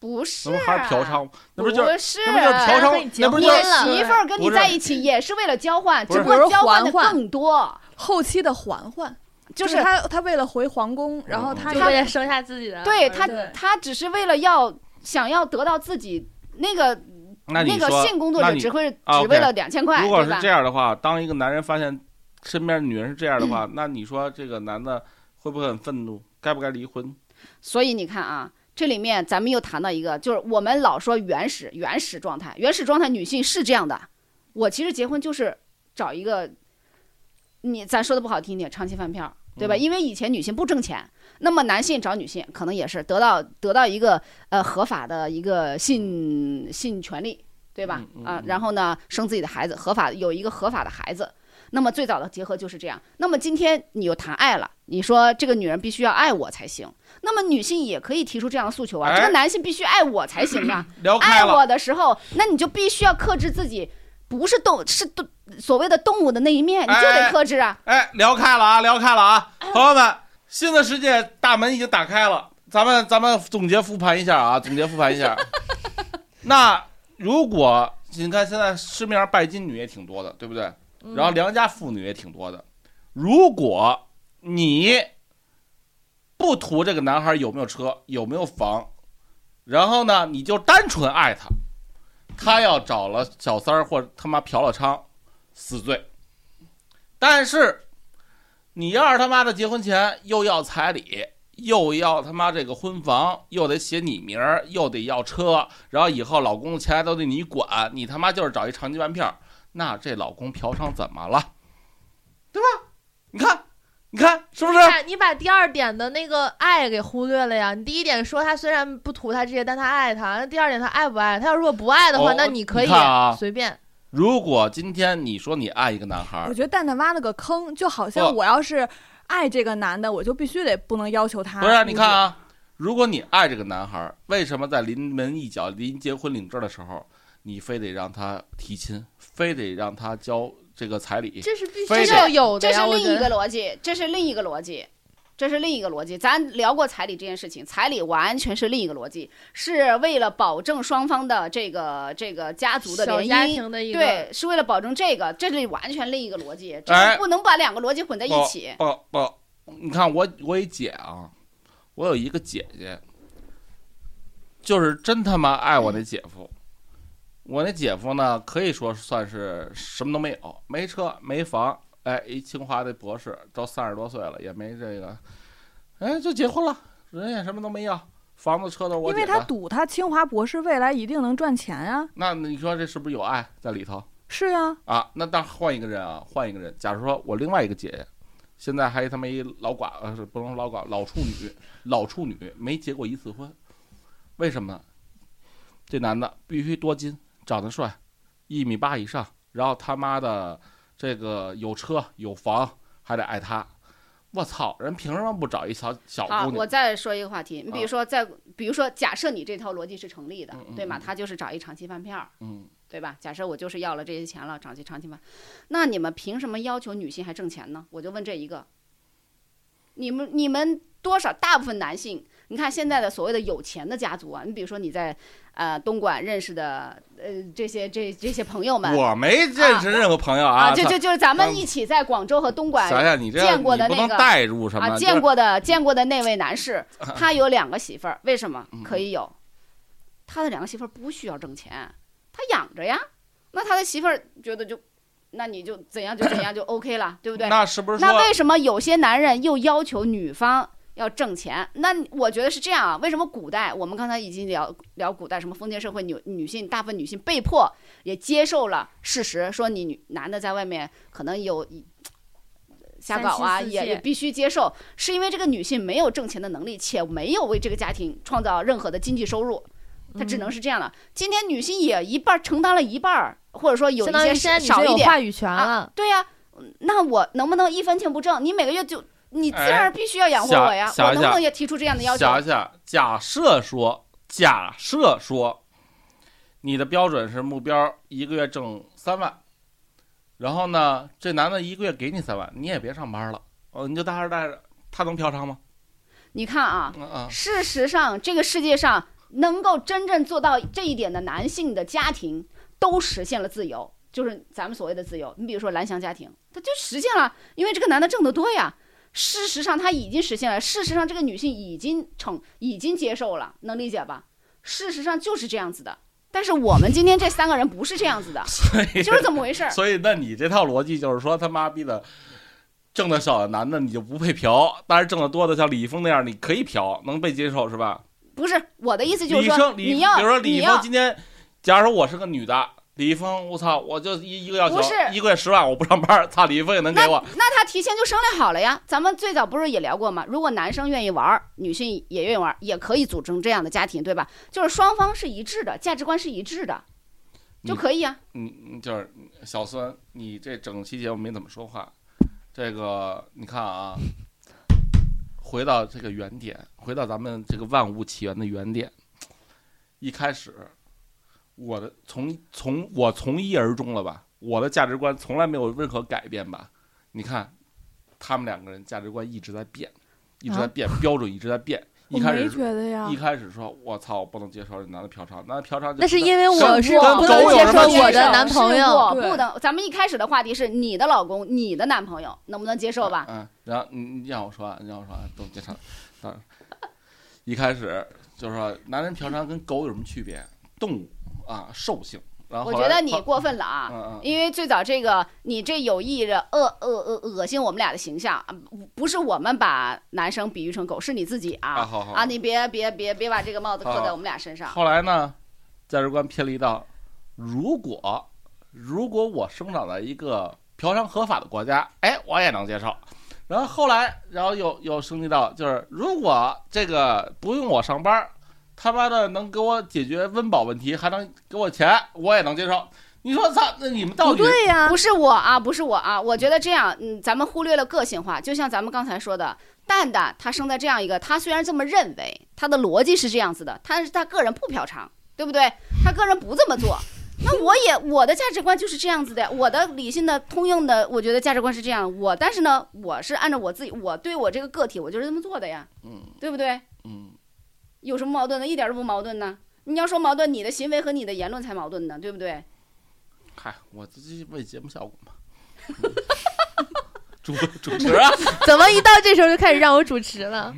Speaker 3: 不是
Speaker 4: 那不
Speaker 3: 啊？
Speaker 4: 还是嫖娼吗？那不就是
Speaker 3: 是
Speaker 4: 那不就是嫖
Speaker 1: 跟
Speaker 4: 娼
Speaker 1: 你？结
Speaker 4: 那不
Speaker 1: 婚
Speaker 4: 就
Speaker 1: 了
Speaker 4: 是
Speaker 3: 媳妇儿跟你
Speaker 4: 不是
Speaker 3: 在一起也是为了交换，
Speaker 4: 不
Speaker 3: 只
Speaker 4: 是
Speaker 3: 不过交换的
Speaker 2: 不是还
Speaker 3: 更多，
Speaker 2: 后期的嬛嬛，
Speaker 3: 就
Speaker 2: 就是
Speaker 3: 是
Speaker 2: 他他为了回皇宫，然后
Speaker 4: 嗯
Speaker 2: 他
Speaker 1: 就为了生下自己的儿子，
Speaker 3: 对他
Speaker 2: 对
Speaker 3: 他只是为了要想要得到自己那个
Speaker 4: 那你
Speaker 3: 那个
Speaker 4: 说
Speaker 3: 性工作
Speaker 4: 那
Speaker 3: 者
Speaker 4: 你
Speaker 3: 只会
Speaker 4: 啊
Speaker 3: 只
Speaker 4: ，OK
Speaker 3: 为了两千块，
Speaker 4: 如果
Speaker 3: 对
Speaker 4: 是
Speaker 3: 吧
Speaker 4: 这？样的话，当一个男人发现身边的女人是这样的话，
Speaker 3: 嗯
Speaker 4: 那你说这个男的会不会很愤怒？该不该离婚？
Speaker 3: 所以你看啊，这里面咱们又谈到一个，就是我们老说原始原始状态，原始状态女性是这样的。我其实结婚就是找一个，你咱说的不好听一点，长期饭票，对吧？
Speaker 4: 嗯
Speaker 3: 因为以前女性不挣钱，那么男性找女性可能也是得到得到一个呃合法的一个性性权利，对吧
Speaker 4: 嗯？嗯
Speaker 3: 啊
Speaker 4: 嗯，
Speaker 3: 然后呢，生自己的孩子，合法有一个合法的孩子。那么最早的结合就是这样。那么今天你又谈爱了，你说这个女人必须要爱我才行。那么女性也可以提出这样的诉求啊，
Speaker 4: 哎
Speaker 3: 这个男性必须爱我才行啊。
Speaker 4: 聊
Speaker 3: 爱
Speaker 4: 开了，
Speaker 3: 我的时候，那你就必须要克制自己，不是动是动所谓的动物的那一面，你就得
Speaker 4: 哎
Speaker 3: 克制啊。
Speaker 4: 哎，聊开了啊，聊开了啊，朋友们，新的世界大门已经打开了。咱们咱们总结复盘一下啊，总结复盘一下。那如果你看现在市面上拜金女也挺多的，对不对？
Speaker 1: 嗯
Speaker 4: 然后良家妇女也挺多的。如果你不图这个男孩有没有车、有没有房，然后呢，你就单纯爱他，他要找了小三儿或者他妈嫖了娼，死罪。但是你要是他妈的结婚前又要彩礼，又要他妈这个婚房，又得写你名儿，又得要车，然后以后老公的钱都得你管，你他妈就是找一长期饭票，那这老公嫖娼怎么了？对吧？你看，你看是不是？
Speaker 1: 把你把第二点的那个爱给忽略了呀？你第一点说他虽然不图他这些，但他爱他；那第二点他爱不爱他？要如果不爱的话，
Speaker 4: 哦
Speaker 1: 那你可以
Speaker 4: 你看啊
Speaker 1: 随便。
Speaker 4: 如果今天你说你爱一个男孩
Speaker 2: 我
Speaker 4: 儿，
Speaker 2: 觉得蛋蛋挖了个坑，就好像
Speaker 4: 不
Speaker 2: 我要是爱这个男的，我就必须得不能要求他。
Speaker 4: 不是你看，啊，如果你爱这个男孩儿，为什么在临门一脚、临结婚领证的时候，你非得让他提亲，非得让他交这个彩礼？
Speaker 1: 这是必须
Speaker 4: 非得
Speaker 1: 要有的
Speaker 3: 这
Speaker 1: 呀，
Speaker 3: 是
Speaker 1: 我
Speaker 3: 另
Speaker 1: 觉
Speaker 3: 一
Speaker 1: 得
Speaker 3: 个逻辑，这是另一个逻辑，这是另一个逻辑。咱聊过彩礼这件事情，彩礼完全是另一个逻辑，是为了保证双方的这个这个家族的
Speaker 1: 小
Speaker 3: 联
Speaker 1: 家
Speaker 3: 姻。
Speaker 1: 庭的一个
Speaker 3: 对，是为了保证这个，这是完全另一个逻辑，这
Speaker 4: 哎
Speaker 3: 是不能把两个逻辑混在一起。
Speaker 4: 不不，你看我我一姐啊，我有一个姐姐，就是真他妈爱我那姐夫。我那姐夫呢，可以说算是什么都没有，没车没房，哎，一清华的博士，都三十多岁了，也没这个，哎，就结婚了，人也什么都没要，房子车都是我
Speaker 2: 因
Speaker 4: 姐
Speaker 2: 为他
Speaker 4: 的。
Speaker 2: 赌他清华博士未来一定能赚钱啊。
Speaker 4: 那你说这是不是有爱在里头？
Speaker 2: 是呀、
Speaker 4: 啊，那当然换一个人啊，换一个人。假如说我另外一个姐姐，现在还他妈一老寡，呃，是不能老寡，老处女，老处女没结过一次婚，为什么呢？这男的必须多金，长得帅，一米八以上，然后他妈的这个有车有房，还得爱他。我操，人凭什么不找一小小
Speaker 3: 好，
Speaker 4: 姑
Speaker 3: 啊我
Speaker 4: 娘？
Speaker 3: 再说一个话题，你比如
Speaker 4: 啊
Speaker 3: 说在，比如说假设你这套逻辑是成立的
Speaker 4: 嗯嗯，
Speaker 3: 对吗？
Speaker 4: 嗯
Speaker 3: 他就是找一长期饭票，
Speaker 4: 嗯，
Speaker 3: 对吧？假设我就是要了这些钱了，长期长期吧，那你们凭什么要求女性还挣钱呢？我就问这一个，你们你们多少大部分男性，你看现在的所谓的有钱的家族啊，你比如说你在呃东莞认识的呃这些这这些朋友们
Speaker 4: 我没认识任何朋友啊，
Speaker 3: 啊就就就是咱
Speaker 4: 咱
Speaker 3: 们一起在广州和东莞
Speaker 4: 想想你这
Speaker 3: 见过的
Speaker 4: 你不能
Speaker 3: 那个
Speaker 4: 代入什么，
Speaker 3: 啊，
Speaker 4: 就是
Speaker 3: 见过的见过的那位男 士，他有两个媳妇儿，为什么
Speaker 4: 嗯
Speaker 3: 可以有？他的两个媳妇儿不需要挣钱，他养着呀。那他的媳妇儿觉得就，那你就怎样就怎样就 OK 了，对不对？
Speaker 4: 那是不是
Speaker 3: 那
Speaker 4: 说
Speaker 3: 为什么有些男人又要求女方要挣钱？那我觉得是这样啊。为什么古代我们刚才已经聊聊古代什么封建社会，女女性大部分女性被迫也接受了事实，说你女男的在外面可能有瞎搞啊，
Speaker 1: 三妻四
Speaker 3: 也
Speaker 1: 妾
Speaker 3: 也必须接受，是因为这个女性没有挣钱的能力，且没有为这个家庭创造任何的经济收入。她只
Speaker 1: 嗯
Speaker 3: 能是这样了。今天女性也一半儿承担了一半儿，或者说有
Speaker 1: 相
Speaker 3: 一
Speaker 1: 当于
Speaker 3: 些
Speaker 1: 现在女
Speaker 3: 少
Speaker 1: 生
Speaker 3: 一
Speaker 1: 有
Speaker 3: 点，
Speaker 1: 话语权了
Speaker 3: 啊。对呀、嗯那我能不能一分钱不挣？你每个月就你自
Speaker 4: 哎
Speaker 3: 然必须要养活我呀，
Speaker 4: 想
Speaker 3: 我能不
Speaker 4: 想
Speaker 3: 能也提出这样的要求？
Speaker 4: 想想，假设说，假设说，你的标准是目标一个月挣三万，然后呢，这男的一个月给你三万，你也别上班了，哦，你就待着待着，他能嫖娼吗？
Speaker 3: 你看啊，
Speaker 4: 嗯 嗯，，
Speaker 3: 事实上这个世界上能够真正做到这一点的男性的家庭都实现了自由，就是咱们所谓的自由。你比如说蓝翔家庭，他就实现了，因为这个男的挣得多呀。事实上他已经实现了，事实上这个女性已经成已经接受了，能理解吧？事实上就是这样子的。但是我们今天这三个人不是这样子的
Speaker 4: 所以
Speaker 3: 就是这么回事儿。
Speaker 4: 所以，那你这套逻辑就是说，他妈逼的，挣的少的男的你就不配嫖，但是挣的多的像李易峰那样，你可以嫖，能被接受是吧？
Speaker 3: 不是我的意思就是
Speaker 4: 李易
Speaker 3: 说，
Speaker 4: 峰，李，
Speaker 3: 你
Speaker 4: 比
Speaker 3: 要
Speaker 4: 如说李易
Speaker 3: 你
Speaker 4: 峰
Speaker 3: 要
Speaker 4: 今天，假如说我是个女的，李易峰，我操，我就一一个要求
Speaker 3: 不是
Speaker 4: 一个月十万，我不上班，操，李易峰也能给我，
Speaker 3: 那他提前就商量好了呀。咱们最早不是也聊过吗？如果男生愿意玩儿，女性也愿意玩儿，也可以组成这样的家庭，对吧？就是双方是一致的，价值观是一致的，就可以啊。
Speaker 4: 你你嗯就是小孙，你这整期节目没怎么说话，这个你看啊，回到这个原点，回到咱们这个万物起源的原点，一开始我的从从我从一而终了吧，我的价值观从来没有任何改变吧？你看他们两个人价值观一直在变，一直在变，标准一直在变。
Speaker 2: 啊我
Speaker 4: 一开
Speaker 2: 没
Speaker 4: 始
Speaker 2: 觉得呀
Speaker 4: 一，开始说，我操，我不能接受这男的嫖娼，男的嫖娼就
Speaker 1: 那是因为
Speaker 4: 跟
Speaker 1: 我呃是
Speaker 4: 跟
Speaker 1: 不
Speaker 4: 狗
Speaker 1: 能
Speaker 4: 有
Speaker 1: 接
Speaker 4: 什
Speaker 1: 受
Speaker 4: 么区
Speaker 1: 我
Speaker 4: 别
Speaker 1: 的男朋
Speaker 3: 是
Speaker 1: 友，
Speaker 3: 我
Speaker 2: 对
Speaker 3: 不能。咱们一开始的话题是你的老公、你的男朋友能不能接受吧？
Speaker 4: 嗯，然后你你让我说啊完，你让我说完，都介绍。当然，一开始就是说，男人嫖娼跟狗有什么区别？动物啊，兽性。然后
Speaker 3: 我
Speaker 4: 后
Speaker 3: 觉
Speaker 4: 来
Speaker 3: 得你
Speaker 4: 后
Speaker 3: 过分了啊。
Speaker 4: 嗯嗯，
Speaker 3: 因为最早这个你这有意着恶恶恶恶心我们俩的形象，啊不不是我们把男生比喻成狗，是你自己
Speaker 4: 啊好好
Speaker 3: 啊，你别别别别把这个帽子扣在我们俩身上。
Speaker 4: 后来呢，价值观偏离到，如果如果我生长在一个嫖娼合法的国家，哎，我也能接受。然后后来，然后又又升级到，就是如果这个不用我上班，他妈的能给我解决温饱问题，还能给我钱，我也能接受。你说操，那你们到
Speaker 1: 不
Speaker 4: 底
Speaker 1: 对呀、
Speaker 3: 不是我啊，不是我啊，我觉得这样，嗯，咱们忽略了个性化，就像咱们刚才说的，蛋蛋他生在这样一个，他虽然这么认为，他的逻辑是这样子的，他是他个人不嫖娼，对不对？他个人不这么做。那我也我的价值观就是这样子的，我的理性的通用的，我觉得价值观是这样。我但是呢，我是按照我自己，我对我这个个体，我就是这么做的呀，
Speaker 4: 嗯
Speaker 3: 对不对？
Speaker 4: 嗯，
Speaker 3: 有什么矛盾呢？一点都不矛盾呢。你要说矛盾，你的行为和你的言论才矛盾呢，对不对？
Speaker 4: 嗨，我自己为节目效果嘛。 主主持啊，
Speaker 1: 怎么一到这时候就开始让我主持了？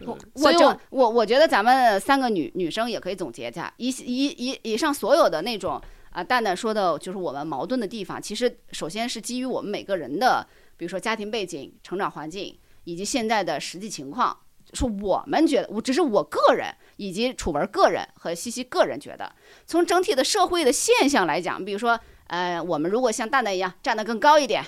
Speaker 1: 所
Speaker 3: 我
Speaker 1: 以
Speaker 3: 就
Speaker 1: 我
Speaker 3: 我我觉得咱们三个女女生也可以总结一下，以以以以上所有的那种啊，蛋蛋说的就是我们矛盾的地方，其实首先是基于我们每个人的，比如说家庭背景、成长环境以及现在的实际情况，是我们觉得，我只是我个人以及楚文个人和西西个人觉得，从整体的社会的现象来讲，比如说呃，我们如果像蛋蛋一样站得更高一点。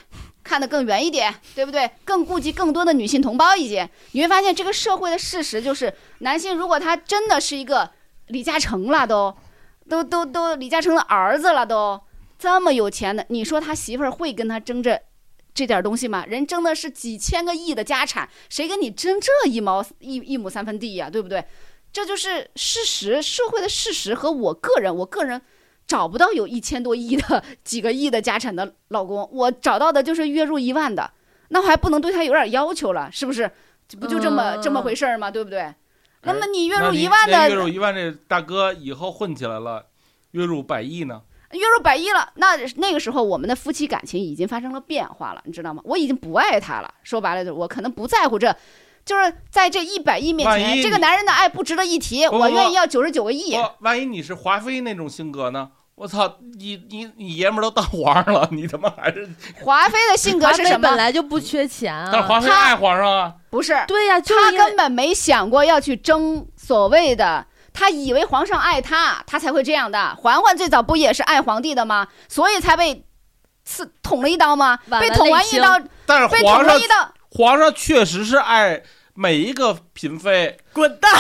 Speaker 3: 看得更远一点，对不对？更顾及更多的女性同胞一些，你会发现这个社会的事实就是，男性如果他真的是一个李嘉诚了都，都都都李嘉诚的儿子了都，这么有钱的，你说他媳妇儿会跟他争这这点东西吗？人争的是几千个亿的家产，谁跟你争这一毛一一亩三分地呀、对不对？这就是事实，社会的事实和我个人，我个人。找不到有一千多亿的、几个亿的家产的老公，我找到的就是月入一万的，那我还不能对他有点要求了，是不是？这不就这么、
Speaker 1: 嗯
Speaker 3: 这么回事儿吗？对不对？那么你月
Speaker 4: 那
Speaker 3: 入
Speaker 4: 你
Speaker 3: 一万
Speaker 4: 那
Speaker 3: 的，
Speaker 4: 月入一万这大哥以后混起来了，月入百亿呢？
Speaker 3: 月入百亿了，那那个时候我们的夫妻感情已经发生了变化了，你知道吗？我已经不爱他了，说白了，就是我可能不在乎这，就是在这一百亿面
Speaker 4: 万一
Speaker 3: 前，这个男人的爱不值得一提，
Speaker 4: 不不不
Speaker 3: 我愿意要九十九个亿。
Speaker 4: 我哦万一你是华妃那种性格呢？我操，你你你爷们儿都当皇上了，你他妈还是？
Speaker 3: 华妃的性格
Speaker 1: 华
Speaker 3: 是
Speaker 1: 妃
Speaker 3: 什
Speaker 1: 本
Speaker 3: 么？
Speaker 1: 来就不缺钱啊，
Speaker 4: 但是华妃爱皇上啊，
Speaker 3: 不是，
Speaker 1: 对呀、就
Speaker 3: 他
Speaker 1: 是因为
Speaker 3: 根本没想过要去争所谓的。他以为皇上爱他，他才会这样的。嬛嬛最早不也是爱皇帝的吗？所以才被刺捅了一刀吗？
Speaker 1: 晚
Speaker 3: 被
Speaker 1: 了
Speaker 3: 捅完
Speaker 1: 内
Speaker 3: 一
Speaker 1: 情
Speaker 3: 刀，
Speaker 4: 但是
Speaker 3: 被
Speaker 4: 皇
Speaker 3: 捅
Speaker 4: 上
Speaker 3: 了一刀，
Speaker 4: 皇上确实是爱每一个嫔妃，
Speaker 2: 滚蛋！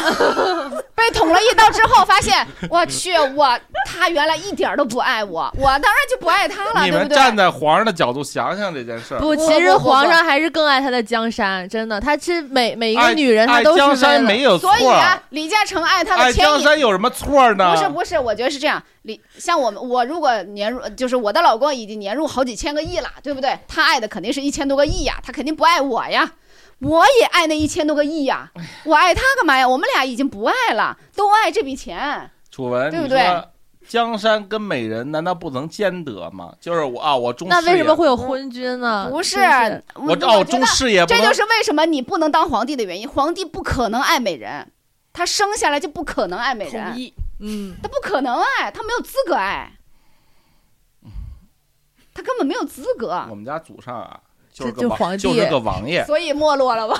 Speaker 3: 被捅了一刀之后，发现我去，我他原来一点儿都不爱我，我当然就不爱他了，
Speaker 4: 你
Speaker 3: 对不
Speaker 4: 们
Speaker 3: 对？
Speaker 4: 站在皇上的角度想想这件事儿。
Speaker 1: 不，
Speaker 3: 不
Speaker 1: 其实
Speaker 3: 不不
Speaker 1: 皇上还是更爱他的江山，真的，他是每每一个
Speaker 4: 爱
Speaker 1: 女人，他
Speaker 4: 爱
Speaker 1: 都
Speaker 4: 江
Speaker 1: 是为
Speaker 4: 山
Speaker 1: 了
Speaker 4: 没有错
Speaker 3: 所
Speaker 4: 儿，
Speaker 3: 以啊，李嘉诚爱他
Speaker 4: 爱
Speaker 3: 的前
Speaker 4: 江
Speaker 3: 一。
Speaker 4: 山有什么错儿呢？
Speaker 3: 不是不是，我觉得是这样。李像我们，我如果年入，就是我的老公已经年入好几千个亿了，对不对？他爱的肯定是一千多个亿呀，他肯定不爱我呀。我也爱那一千多个亿呀，
Speaker 4: 哎
Speaker 3: 我爱他干嘛呀？我们俩已经不爱了，都爱这笔
Speaker 1: 啊
Speaker 3: 钱。
Speaker 4: 楚文，
Speaker 3: 对
Speaker 4: 你
Speaker 3: 不对
Speaker 4: 说江山跟美人难道不能兼得吗？就是我啊，我中
Speaker 1: 那
Speaker 4: 事
Speaker 1: 为什
Speaker 4: 业
Speaker 1: 么会有昏君呢？
Speaker 3: 不是
Speaker 1: 真是，
Speaker 4: 我
Speaker 3: 嗯我觉
Speaker 4: 哦中
Speaker 3: 得
Speaker 4: 事业不
Speaker 3: 这
Speaker 4: 能？
Speaker 3: 就是为什么你不能当皇帝的原因。皇帝不可能爱美人，他生下来就不可能爱美
Speaker 2: 同
Speaker 3: 人，
Speaker 2: 意。
Speaker 1: 嗯，
Speaker 3: 他不可能爱，他没有资格爱，他根本没有资格
Speaker 4: 我，们家祖上啊，就是
Speaker 1: 这
Speaker 4: 个
Speaker 1: 就
Speaker 4: 王，
Speaker 1: 皇帝
Speaker 4: 就是个王爷。
Speaker 3: 所以没落了吧？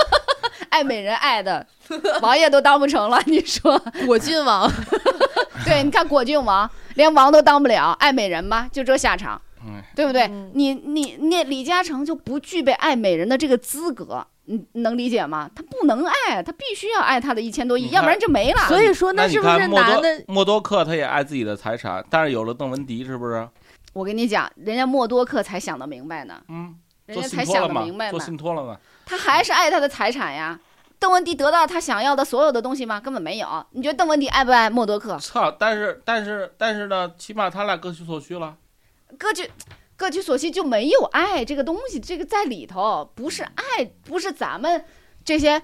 Speaker 3: 爱美人爱的王爷都当不成了，你说？
Speaker 1: 果郡王
Speaker 3: 对，你看果郡王连王都当不了，爱美人吧，就这下场，
Speaker 4: 嗯，
Speaker 3: 对不对？
Speaker 1: 嗯
Speaker 3: 你你那李嘉诚就不具备爱美人的这个资格。你能理解吗？他不能爱，他必须要爱他的一千多亿，
Speaker 4: 你看
Speaker 3: 要不然就没了。
Speaker 1: 所以说
Speaker 4: 那
Speaker 1: 那
Speaker 4: 你
Speaker 1: 是不
Speaker 4: 看
Speaker 1: 是
Speaker 4: 默
Speaker 1: 男
Speaker 4: 多
Speaker 1: 的？
Speaker 4: 默多克他也爱自己的财产，但是有了邓文迪，是不是？
Speaker 3: 我跟你讲，人家默多克才想得明白呢，
Speaker 4: 嗯，
Speaker 3: 人家
Speaker 4: 做信
Speaker 3: 才
Speaker 4: 托
Speaker 3: 想
Speaker 4: 了
Speaker 3: 得明
Speaker 4: 吗？
Speaker 3: 白
Speaker 4: 做
Speaker 3: 呢，
Speaker 4: 信托了吗？
Speaker 3: 他还是爱他的财产呀。邓文迪得到他想要的所有的东西吗？根本没有。你觉得邓文迪爱不爱默多克？
Speaker 4: 操！但是但是但是呢，起码他俩各取所需了。
Speaker 3: 各据各取所需就没有爱这个东西，这个在里头不是爱，不是咱们这些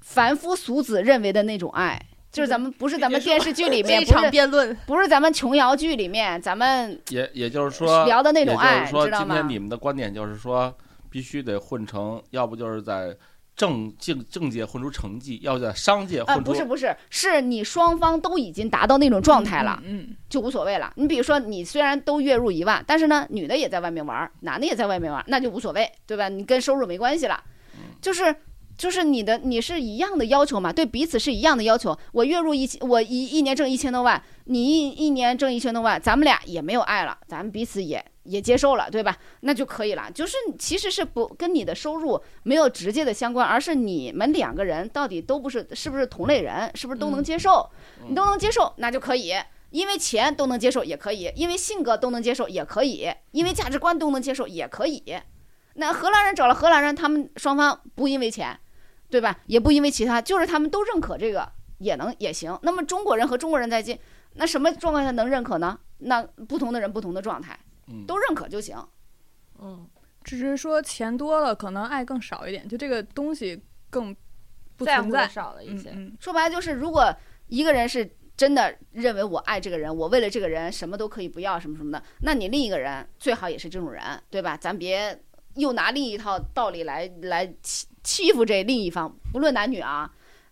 Speaker 3: 凡夫俗子认为的那种爱，就是咱们不是咱们电视剧里
Speaker 1: 这
Speaker 3: 面，
Speaker 1: 一
Speaker 3: 不
Speaker 1: 场
Speaker 3: 是
Speaker 1: 辩论，
Speaker 3: 不是咱们琼瑶剧里面咱们
Speaker 4: 也也就是说，
Speaker 3: 聊的那种
Speaker 4: 也就
Speaker 3: 爱，你
Speaker 4: 是说，
Speaker 3: 知道
Speaker 4: 今
Speaker 3: 吗
Speaker 4: 天？你们的观点就是说，必须得混成，要不就是在政政政界混出成绩，要在商界
Speaker 3: 啊，
Speaker 4: 混出。
Speaker 3: 不是不是，是你双方都已经达到那种状态了。
Speaker 2: 嗯，
Speaker 3: 就无所谓了。你比如说，你虽然都月入一万，但是呢，女的也在外面玩儿，男的也在外面玩儿，那就无所谓，对吧？你跟收入没关系了，就是就是你的你是一样的要求嘛，对彼此是一样的要求。我月入一千，我一一年挣一千多万，你一一年挣一千多万，咱们俩也没有爱了，咱们彼此也也接受了，对吧？那就可以了。就是其实是不跟你的收入没有直接的相关，而是你们两个人到底都不是是不是同类人，是不是都能
Speaker 1: 嗯
Speaker 3: 接受，
Speaker 4: 嗯
Speaker 3: 你都能接受，那就可以。因为钱都能接受也可以，因为性格都能接受也可以，因为价值观都能接受也可以。那荷兰人找了荷兰人，他们双方不因为钱，对吧？也不因为其他，就是他们都认可这个也能也行。那么中国人和中国人在进，那什么状况下能认可呢？那不同的人不同的状态，
Speaker 4: 嗯，
Speaker 3: 都认可就行。
Speaker 1: 嗯，
Speaker 2: 只是说钱多了，可能爱更少一点，就这个东西更不
Speaker 1: 在
Speaker 2: 存
Speaker 1: 乎
Speaker 2: 在
Speaker 1: 的。少了一些。
Speaker 2: 嗯
Speaker 3: 说白了就是，如果一个人是真的认为我爱这个人，我为了这个人什么都可以不要，什么什么的，那你另一个人最好也是这种人，对吧？咱别又拿另一套道理来来欺欺负这另一方，不论男女啊。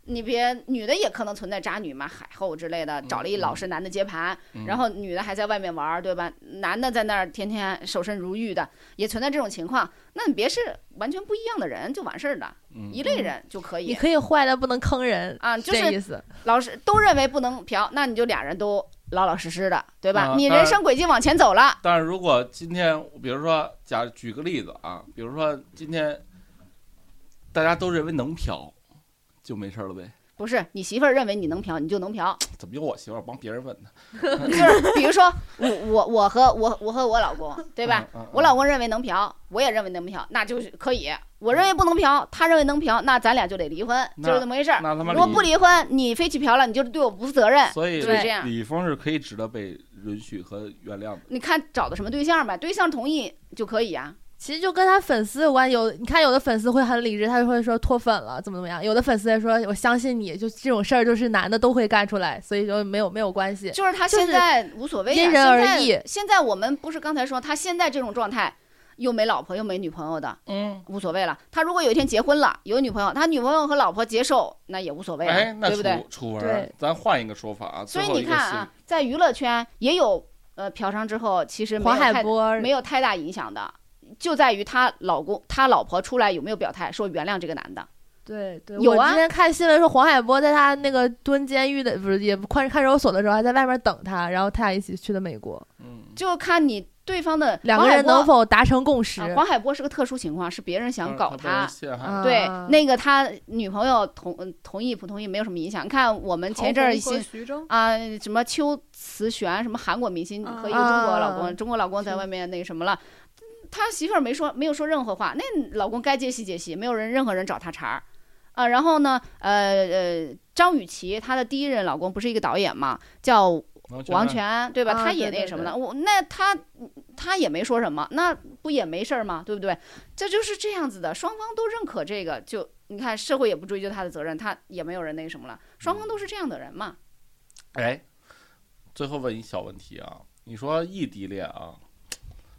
Speaker 3: 你别，女的也可能存在渣女嘛，海后之类的，找了一老实男的接盘，
Speaker 4: 嗯
Speaker 3: 然后女的还在外面玩儿，对吧？男的在那儿天天守身如玉的，也存在这种情况。那你别是完全不一样的人就完事儿了，
Speaker 4: 嗯
Speaker 3: 一类人就可以。
Speaker 1: 你可以坏的不能坑人，
Speaker 3: 啊，就
Speaker 1: 这
Speaker 3: 是
Speaker 1: 意思。
Speaker 3: 老师都认为不能嫖，那你就俩人都老老实实的，对吧？
Speaker 4: 啊
Speaker 3: 你
Speaker 4: 当然
Speaker 3: 人生轨迹往前走了，
Speaker 4: 但是如果今天，比如说，假如举个例子啊，比如说今天大家都认为能嫖，就没事儿了呗？
Speaker 3: 不是你媳妇儿认为你能嫖，你就能 嫖。
Speaker 4: 怎么有我媳妇儿帮别人问呢？
Speaker 3: 就是比如说我我我和我我和我老公，对吧？
Speaker 4: 嗯？嗯
Speaker 3: 我老公认为能嫖，我也认为能嫖，那就是可以。我认为不能嫖，他认为能嫖，那咱俩就得离婚，
Speaker 4: 那
Speaker 3: 就是这么回事
Speaker 4: 嗯
Speaker 3: 儿。
Speaker 4: 那他妈
Speaker 3: 如果
Speaker 4: 李
Speaker 3: 不，离婚，你非去嫖了，你就是对我不负责任。
Speaker 4: 所以
Speaker 3: 就是这样
Speaker 4: 李峰是可以值得被允许和原谅的。
Speaker 3: 你看找的什么对象呗，对象同意就可以啊。
Speaker 1: 其实就跟他粉丝有关，有你看有的粉丝会很理智，他就会说脱粉了怎么怎么样，有的粉丝也说我相信你，就这种事儿就是男的都会干出来，所以就没有没有关系。
Speaker 3: 就是他
Speaker 1: 就是
Speaker 3: 现在无所谓、呀，
Speaker 1: 因人而
Speaker 3: 现在
Speaker 1: 异
Speaker 3: 现在我们不是刚才说他现在这种状态，又没老婆又没女朋友的，
Speaker 4: 嗯，
Speaker 3: 无所谓了。他如果有一天结婚了，有女朋友，他女朋友和老婆接受，那也无所谓了，
Speaker 4: 哎，那
Speaker 3: 对不对？
Speaker 4: 楚楚文
Speaker 1: 对
Speaker 4: 儿，咱换一个说法啊，
Speaker 3: 所以
Speaker 4: 最后
Speaker 3: 你
Speaker 4: 一个
Speaker 3: 看
Speaker 4: 新
Speaker 3: 啊，在娱乐圈也有呃嫖娼之后，其实没有
Speaker 1: 黄海
Speaker 3: 太
Speaker 1: 波
Speaker 3: 没有太大影响的，就在于她老公她老婆出来有没有表态说原谅这个男的。
Speaker 1: 对对，
Speaker 3: 有
Speaker 1: 我
Speaker 3: 啊
Speaker 1: 之前看新闻说黄海波在他那个蹲监狱的，不是也不看看守所的时候，还在外面等他，然后他俩一起去的美国，
Speaker 4: 嗯，
Speaker 3: 就看你对方的
Speaker 1: 两个
Speaker 3: 黄海
Speaker 1: 人能嗯
Speaker 3: 波
Speaker 1: 否达成共识？
Speaker 3: 啊黄海波是个特殊情况，是别人想搞嗯
Speaker 4: 他被人陷害，
Speaker 1: 啊
Speaker 3: 对，那个他女朋友同嗯同意不同意没有什么影响。你看我们前阵儿
Speaker 2: 陶虹
Speaker 3: 新
Speaker 2: 和徐峥，
Speaker 3: 啊、什么邱慈璇，什么韩国明星
Speaker 2: 啊
Speaker 3: 和一个中国老公，
Speaker 1: 啊
Speaker 3: 中国老公在
Speaker 2: 是
Speaker 3: 外面那个什么了，他媳妇儿没说没有说任何话，那老公该接戏接戏，没有人任何人找他茬儿。啊、然后呢，呃呃，张雨绮她的第一任老公不是一个导演嘛，叫王全安，对吧？
Speaker 1: 啊
Speaker 3: 他也
Speaker 1: 对
Speaker 3: 那
Speaker 1: 对
Speaker 3: 什么
Speaker 1: 对
Speaker 3: 的，我那他他也没说什么，那不也没事儿吗？对不对？这就是这样子的，双方都认可这个，就你看社会也不追究他的责任，他也没有人那什么了，双方都是这样的人嘛。
Speaker 4: 哎，最后问一小问题啊，你说异地恋啊，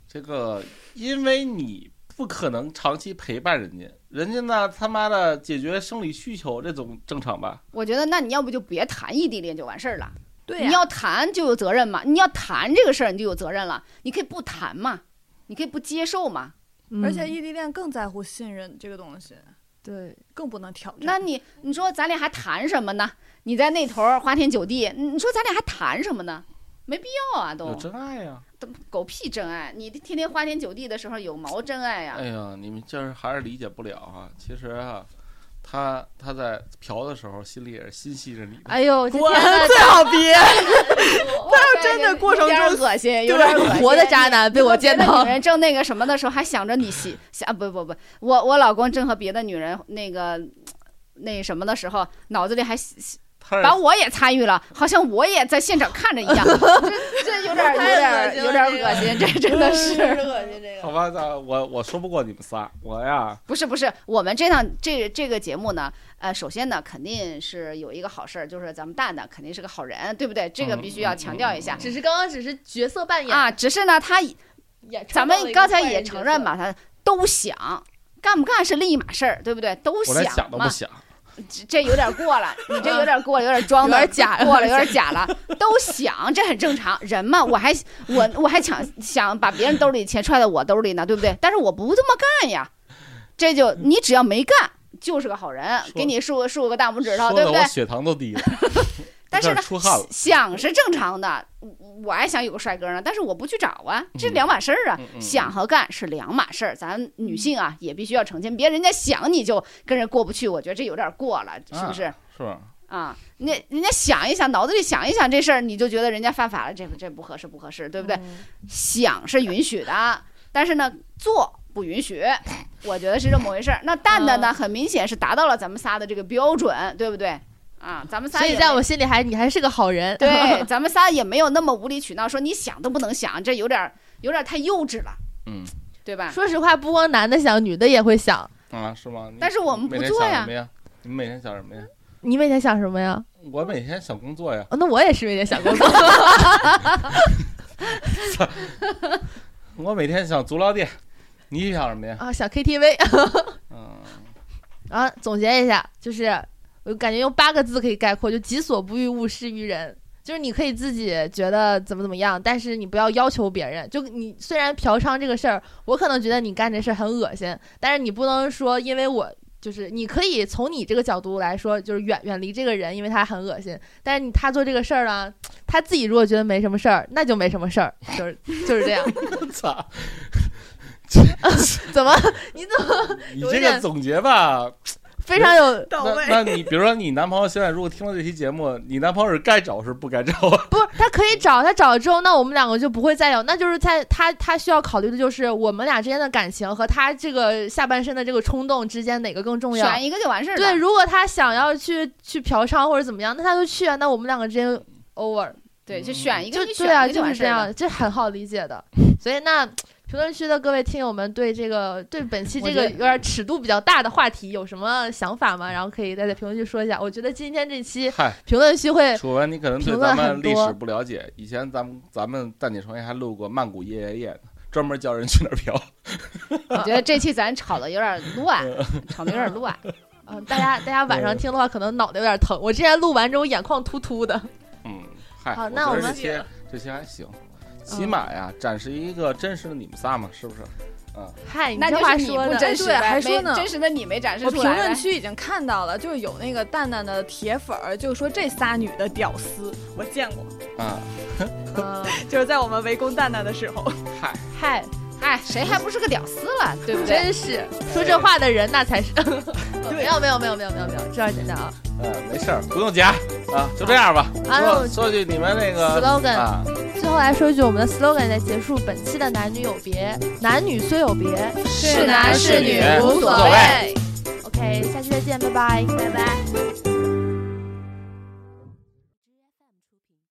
Speaker 4: 这个因为你不可能长期陪伴人家，人家呢他妈的解决生理需求，这种正常吧？
Speaker 3: 我觉得那你要不就别谈异地恋就完事儿了，
Speaker 2: 对
Speaker 3: 你
Speaker 2: 呀、
Speaker 3: 要谈就有责任嘛，你要谈这个事儿你就有责任了，你可以不谈嘛，你可以不接受嘛，
Speaker 1: 嗯
Speaker 2: 而且异地恋更在乎信任这个东西，
Speaker 1: 对，
Speaker 2: 更不能挑战。
Speaker 3: 那你你说咱俩还谈什么呢？你在那头儿花天酒地，你你说咱俩还谈什么呢？没必要啊，都
Speaker 4: 有真爱呀、
Speaker 3: 都狗屁真爱！你天天花天酒地的时候有毛真爱呀、
Speaker 4: 哎呀，你们就是还是理解不了啊。其实啊，他他在嫖的时候心里也是心系着你的。
Speaker 1: 哎呦，我的
Speaker 2: 滚，
Speaker 1: 天呐
Speaker 2: 最好别。
Speaker 3: 他
Speaker 2: 要真的过程中
Speaker 3: 有点恶心，有点 恶心
Speaker 1: 活的渣。男被我见
Speaker 3: 别的
Speaker 1: 到
Speaker 3: 女，人正那个什么的时候，还想着你媳想啊不不不，我我老公正和别的女人那个那什么的时候，脑子里还
Speaker 1: 嗯
Speaker 4: 他
Speaker 3: 把
Speaker 4: 是
Speaker 3: 我也参与了，好像我也在现场看着一 样，这这有点有
Speaker 1: 太恶心
Speaker 3: 点
Speaker 1: 了
Speaker 3: 有点恶心，这真的是。
Speaker 1: 恶心这
Speaker 4: 好。吧，咱我我说不过你们仨，我呀，
Speaker 3: 不是不是，我们这档这这个节目呢，呃，首先呢，肯定是有一个好事儿，就是咱们蛋蛋肯定是个好人，对不对？这个
Speaker 1: 嗯
Speaker 3: 必须要强调一下、
Speaker 1: 只是刚刚只是角色扮演
Speaker 3: 啊。只是呢，他
Speaker 1: 也
Speaker 3: 咱
Speaker 1: 创造了
Speaker 3: 们
Speaker 1: 一个
Speaker 3: 刚才
Speaker 1: 坏
Speaker 3: 也
Speaker 1: 人
Speaker 3: 承
Speaker 1: 角
Speaker 3: 认
Speaker 1: 色，
Speaker 3: 吧，他都想。干不干是另一码事儿，对不对？都
Speaker 4: 我连想都
Speaker 3: 嘛
Speaker 4: 不，想。
Speaker 3: 这这有点过了，你这有点过了，有点装
Speaker 1: 有
Speaker 3: 的
Speaker 1: 点假，
Speaker 3: 过了，有点假了。都想，这很正常，人嘛。我还我我还想想把别人兜里钱揣到我兜里呢，对不对？但是我不这么干呀，这就你只要没干，就是个好人，
Speaker 4: 说
Speaker 3: 给你竖竖个大拇指头，
Speaker 4: 说
Speaker 3: 对
Speaker 4: 的
Speaker 3: 不对
Speaker 4: 我？血糖都低了，
Speaker 3: 但是
Speaker 4: 有
Speaker 3: 呢
Speaker 4: 点出汗了，
Speaker 3: 想是正常的，我还想有个帅哥呢，但是我不去找啊，这
Speaker 4: 嗯
Speaker 3: 两码事儿啊
Speaker 4: 嗯。嗯
Speaker 3: 想和干是两码事儿，咱女性
Speaker 1: 嗯
Speaker 3: 啊也必须要澄清，别人家想你就跟人过不去，我觉得这有点过了，是不是？
Speaker 4: 是吧？
Speaker 3: 啊，人家人家想一想，脑子里想一想这事儿，你就觉得人家犯法了，这这不合适，不合适，对不对？
Speaker 1: 嗯？
Speaker 3: 想是允许的，但是呢，做不 允许，我觉得是这么回事儿。那蛋蛋
Speaker 1: 啊
Speaker 3: 呢，很明显是达到了咱们仨的这个标准，对不对？啊，咱们仨
Speaker 1: 所以
Speaker 3: 也
Speaker 1: 在
Speaker 3: 没
Speaker 1: 我心里还你还是个好人，
Speaker 3: 对，咱们仨也没有那么无理取闹，说你想都不能想，这有点儿有点儿太幼稚了，
Speaker 4: 嗯
Speaker 3: 对吧？
Speaker 1: 说实话，不光男的想，女的也会想。
Speaker 4: 啊，是吗？你
Speaker 3: 但是我们
Speaker 4: 你每
Speaker 3: 不
Speaker 4: 天
Speaker 3: 做
Speaker 4: 想
Speaker 3: 呀
Speaker 4: 什么呀？你们每天想什么呀？
Speaker 1: 你每天想什么呀？
Speaker 4: 我每天想工作呀。
Speaker 1: 哦那我也是每天想工作。
Speaker 4: 我每天想足疗店， 你想什么 呀？
Speaker 1: 啊，想 KTV
Speaker 4: 嗯，
Speaker 1: 啊。总结一下，就是我感觉用八个字可以概括，就己所不欲，勿施于人。就是你可以自己觉得怎么怎么样，但是你不要要求别人。就你虽然嫖娼这个事儿，我可能觉得你干这事儿很恶心，但是你不能说因为我就是你可以从你这个角度来说，就是远远离这个人，因为他很恶心。但是你他做这个事儿呢，他自己如果觉得没什么事儿，那就没什么事儿，就是就是这样。
Speaker 4: 操！
Speaker 1: 怎么你怎么
Speaker 4: 你
Speaker 1: 有
Speaker 4: 这
Speaker 1: 点
Speaker 4: 个总结吧，
Speaker 1: 非常有
Speaker 2: 到
Speaker 4: 那那你比如说你男朋友现在如果听了这期节目，你男朋友是该找是不该找 啊？
Speaker 1: 不是，他可以找，他找了之后，那我们两个就不会再有，那就是在他他需要考虑的就是我们俩之间的感情和他这个下半身的这个冲动之间哪个更重要。
Speaker 3: 选一个就完事儿了。
Speaker 1: 对，如果他想要去去嫖娼或者怎么样，那他就去啊，那我们两个之间 over，
Speaker 3: 对就选一个，
Speaker 1: 就
Speaker 3: 你选
Speaker 1: 对啊，
Speaker 3: 一个
Speaker 1: 就
Speaker 3: 完
Speaker 1: 是
Speaker 3: 事
Speaker 1: 这
Speaker 3: 儿了。
Speaker 1: 样，这很好理解的。所以那评论区的各位听友们对这个对本期这
Speaker 3: 我
Speaker 1: 个
Speaker 3: 觉得
Speaker 1: 有点尺度比较大的话题有什么想法吗？然后可以再在评论区说一下。我觉得今天这期
Speaker 4: 嗨，
Speaker 1: 评论区会
Speaker 4: 楚文，你可能对
Speaker 1: 评论
Speaker 4: 咱
Speaker 1: 很
Speaker 4: 们历
Speaker 1: 多
Speaker 4: 史不了解。以前咱们咱们淡姐创业还录过曼谷夜夜宴，专门教人去那儿嫖。
Speaker 3: 我觉得这期咱吵的有点乱， 吵的有点乱。
Speaker 1: 嗯，大家大家晚上听的话，可能脑袋有点疼。我之前录完之后眼眶突突的。
Speaker 4: 嗯，嗨，
Speaker 1: 好
Speaker 4: 我
Speaker 1: 那
Speaker 4: 觉
Speaker 1: 我
Speaker 4: 得
Speaker 1: 们
Speaker 4: 这些这些还行，起码呀，
Speaker 3: 嗯
Speaker 4: 展示一个真实的你们仨嘛，是不是？
Speaker 1: 嗨，你
Speaker 3: 那
Speaker 1: 这
Speaker 3: 就
Speaker 1: 话
Speaker 3: 是你
Speaker 1: 说
Speaker 3: 不
Speaker 1: 的，
Speaker 3: 真实
Speaker 2: 哎对
Speaker 3: 呗，
Speaker 2: 还说
Speaker 3: 没
Speaker 2: 呢
Speaker 3: 真实的你没展示
Speaker 2: 我
Speaker 3: 出
Speaker 2: 评
Speaker 3: 来。
Speaker 2: 论区已经看到了，就是有那个蛋蛋的铁粉儿，就说这仨女的屌丝，我见过，
Speaker 4: 啊，
Speaker 1: 嗯
Speaker 2: 就是在我们围攻蛋蛋的时候。
Speaker 4: 嗨，
Speaker 1: 嗨，
Speaker 3: 哎，谁还不是个屌丝了，对不对？
Speaker 1: 真是说这话的人那才是。 没有没有没有没有没有没有，这样简单啊。
Speaker 4: 呃，没事儿，不用夹啊，就这样吧。
Speaker 1: 啊那我
Speaker 4: 说说句你们那个
Speaker 1: slogan
Speaker 4: 啊，
Speaker 1: 最后来说一句我们的 slogan，来结束本期的男女有别。男女虽有别
Speaker 3: 是男是女无所
Speaker 4: 谓。
Speaker 1: ，OK，下期再见，拜拜，拜拜。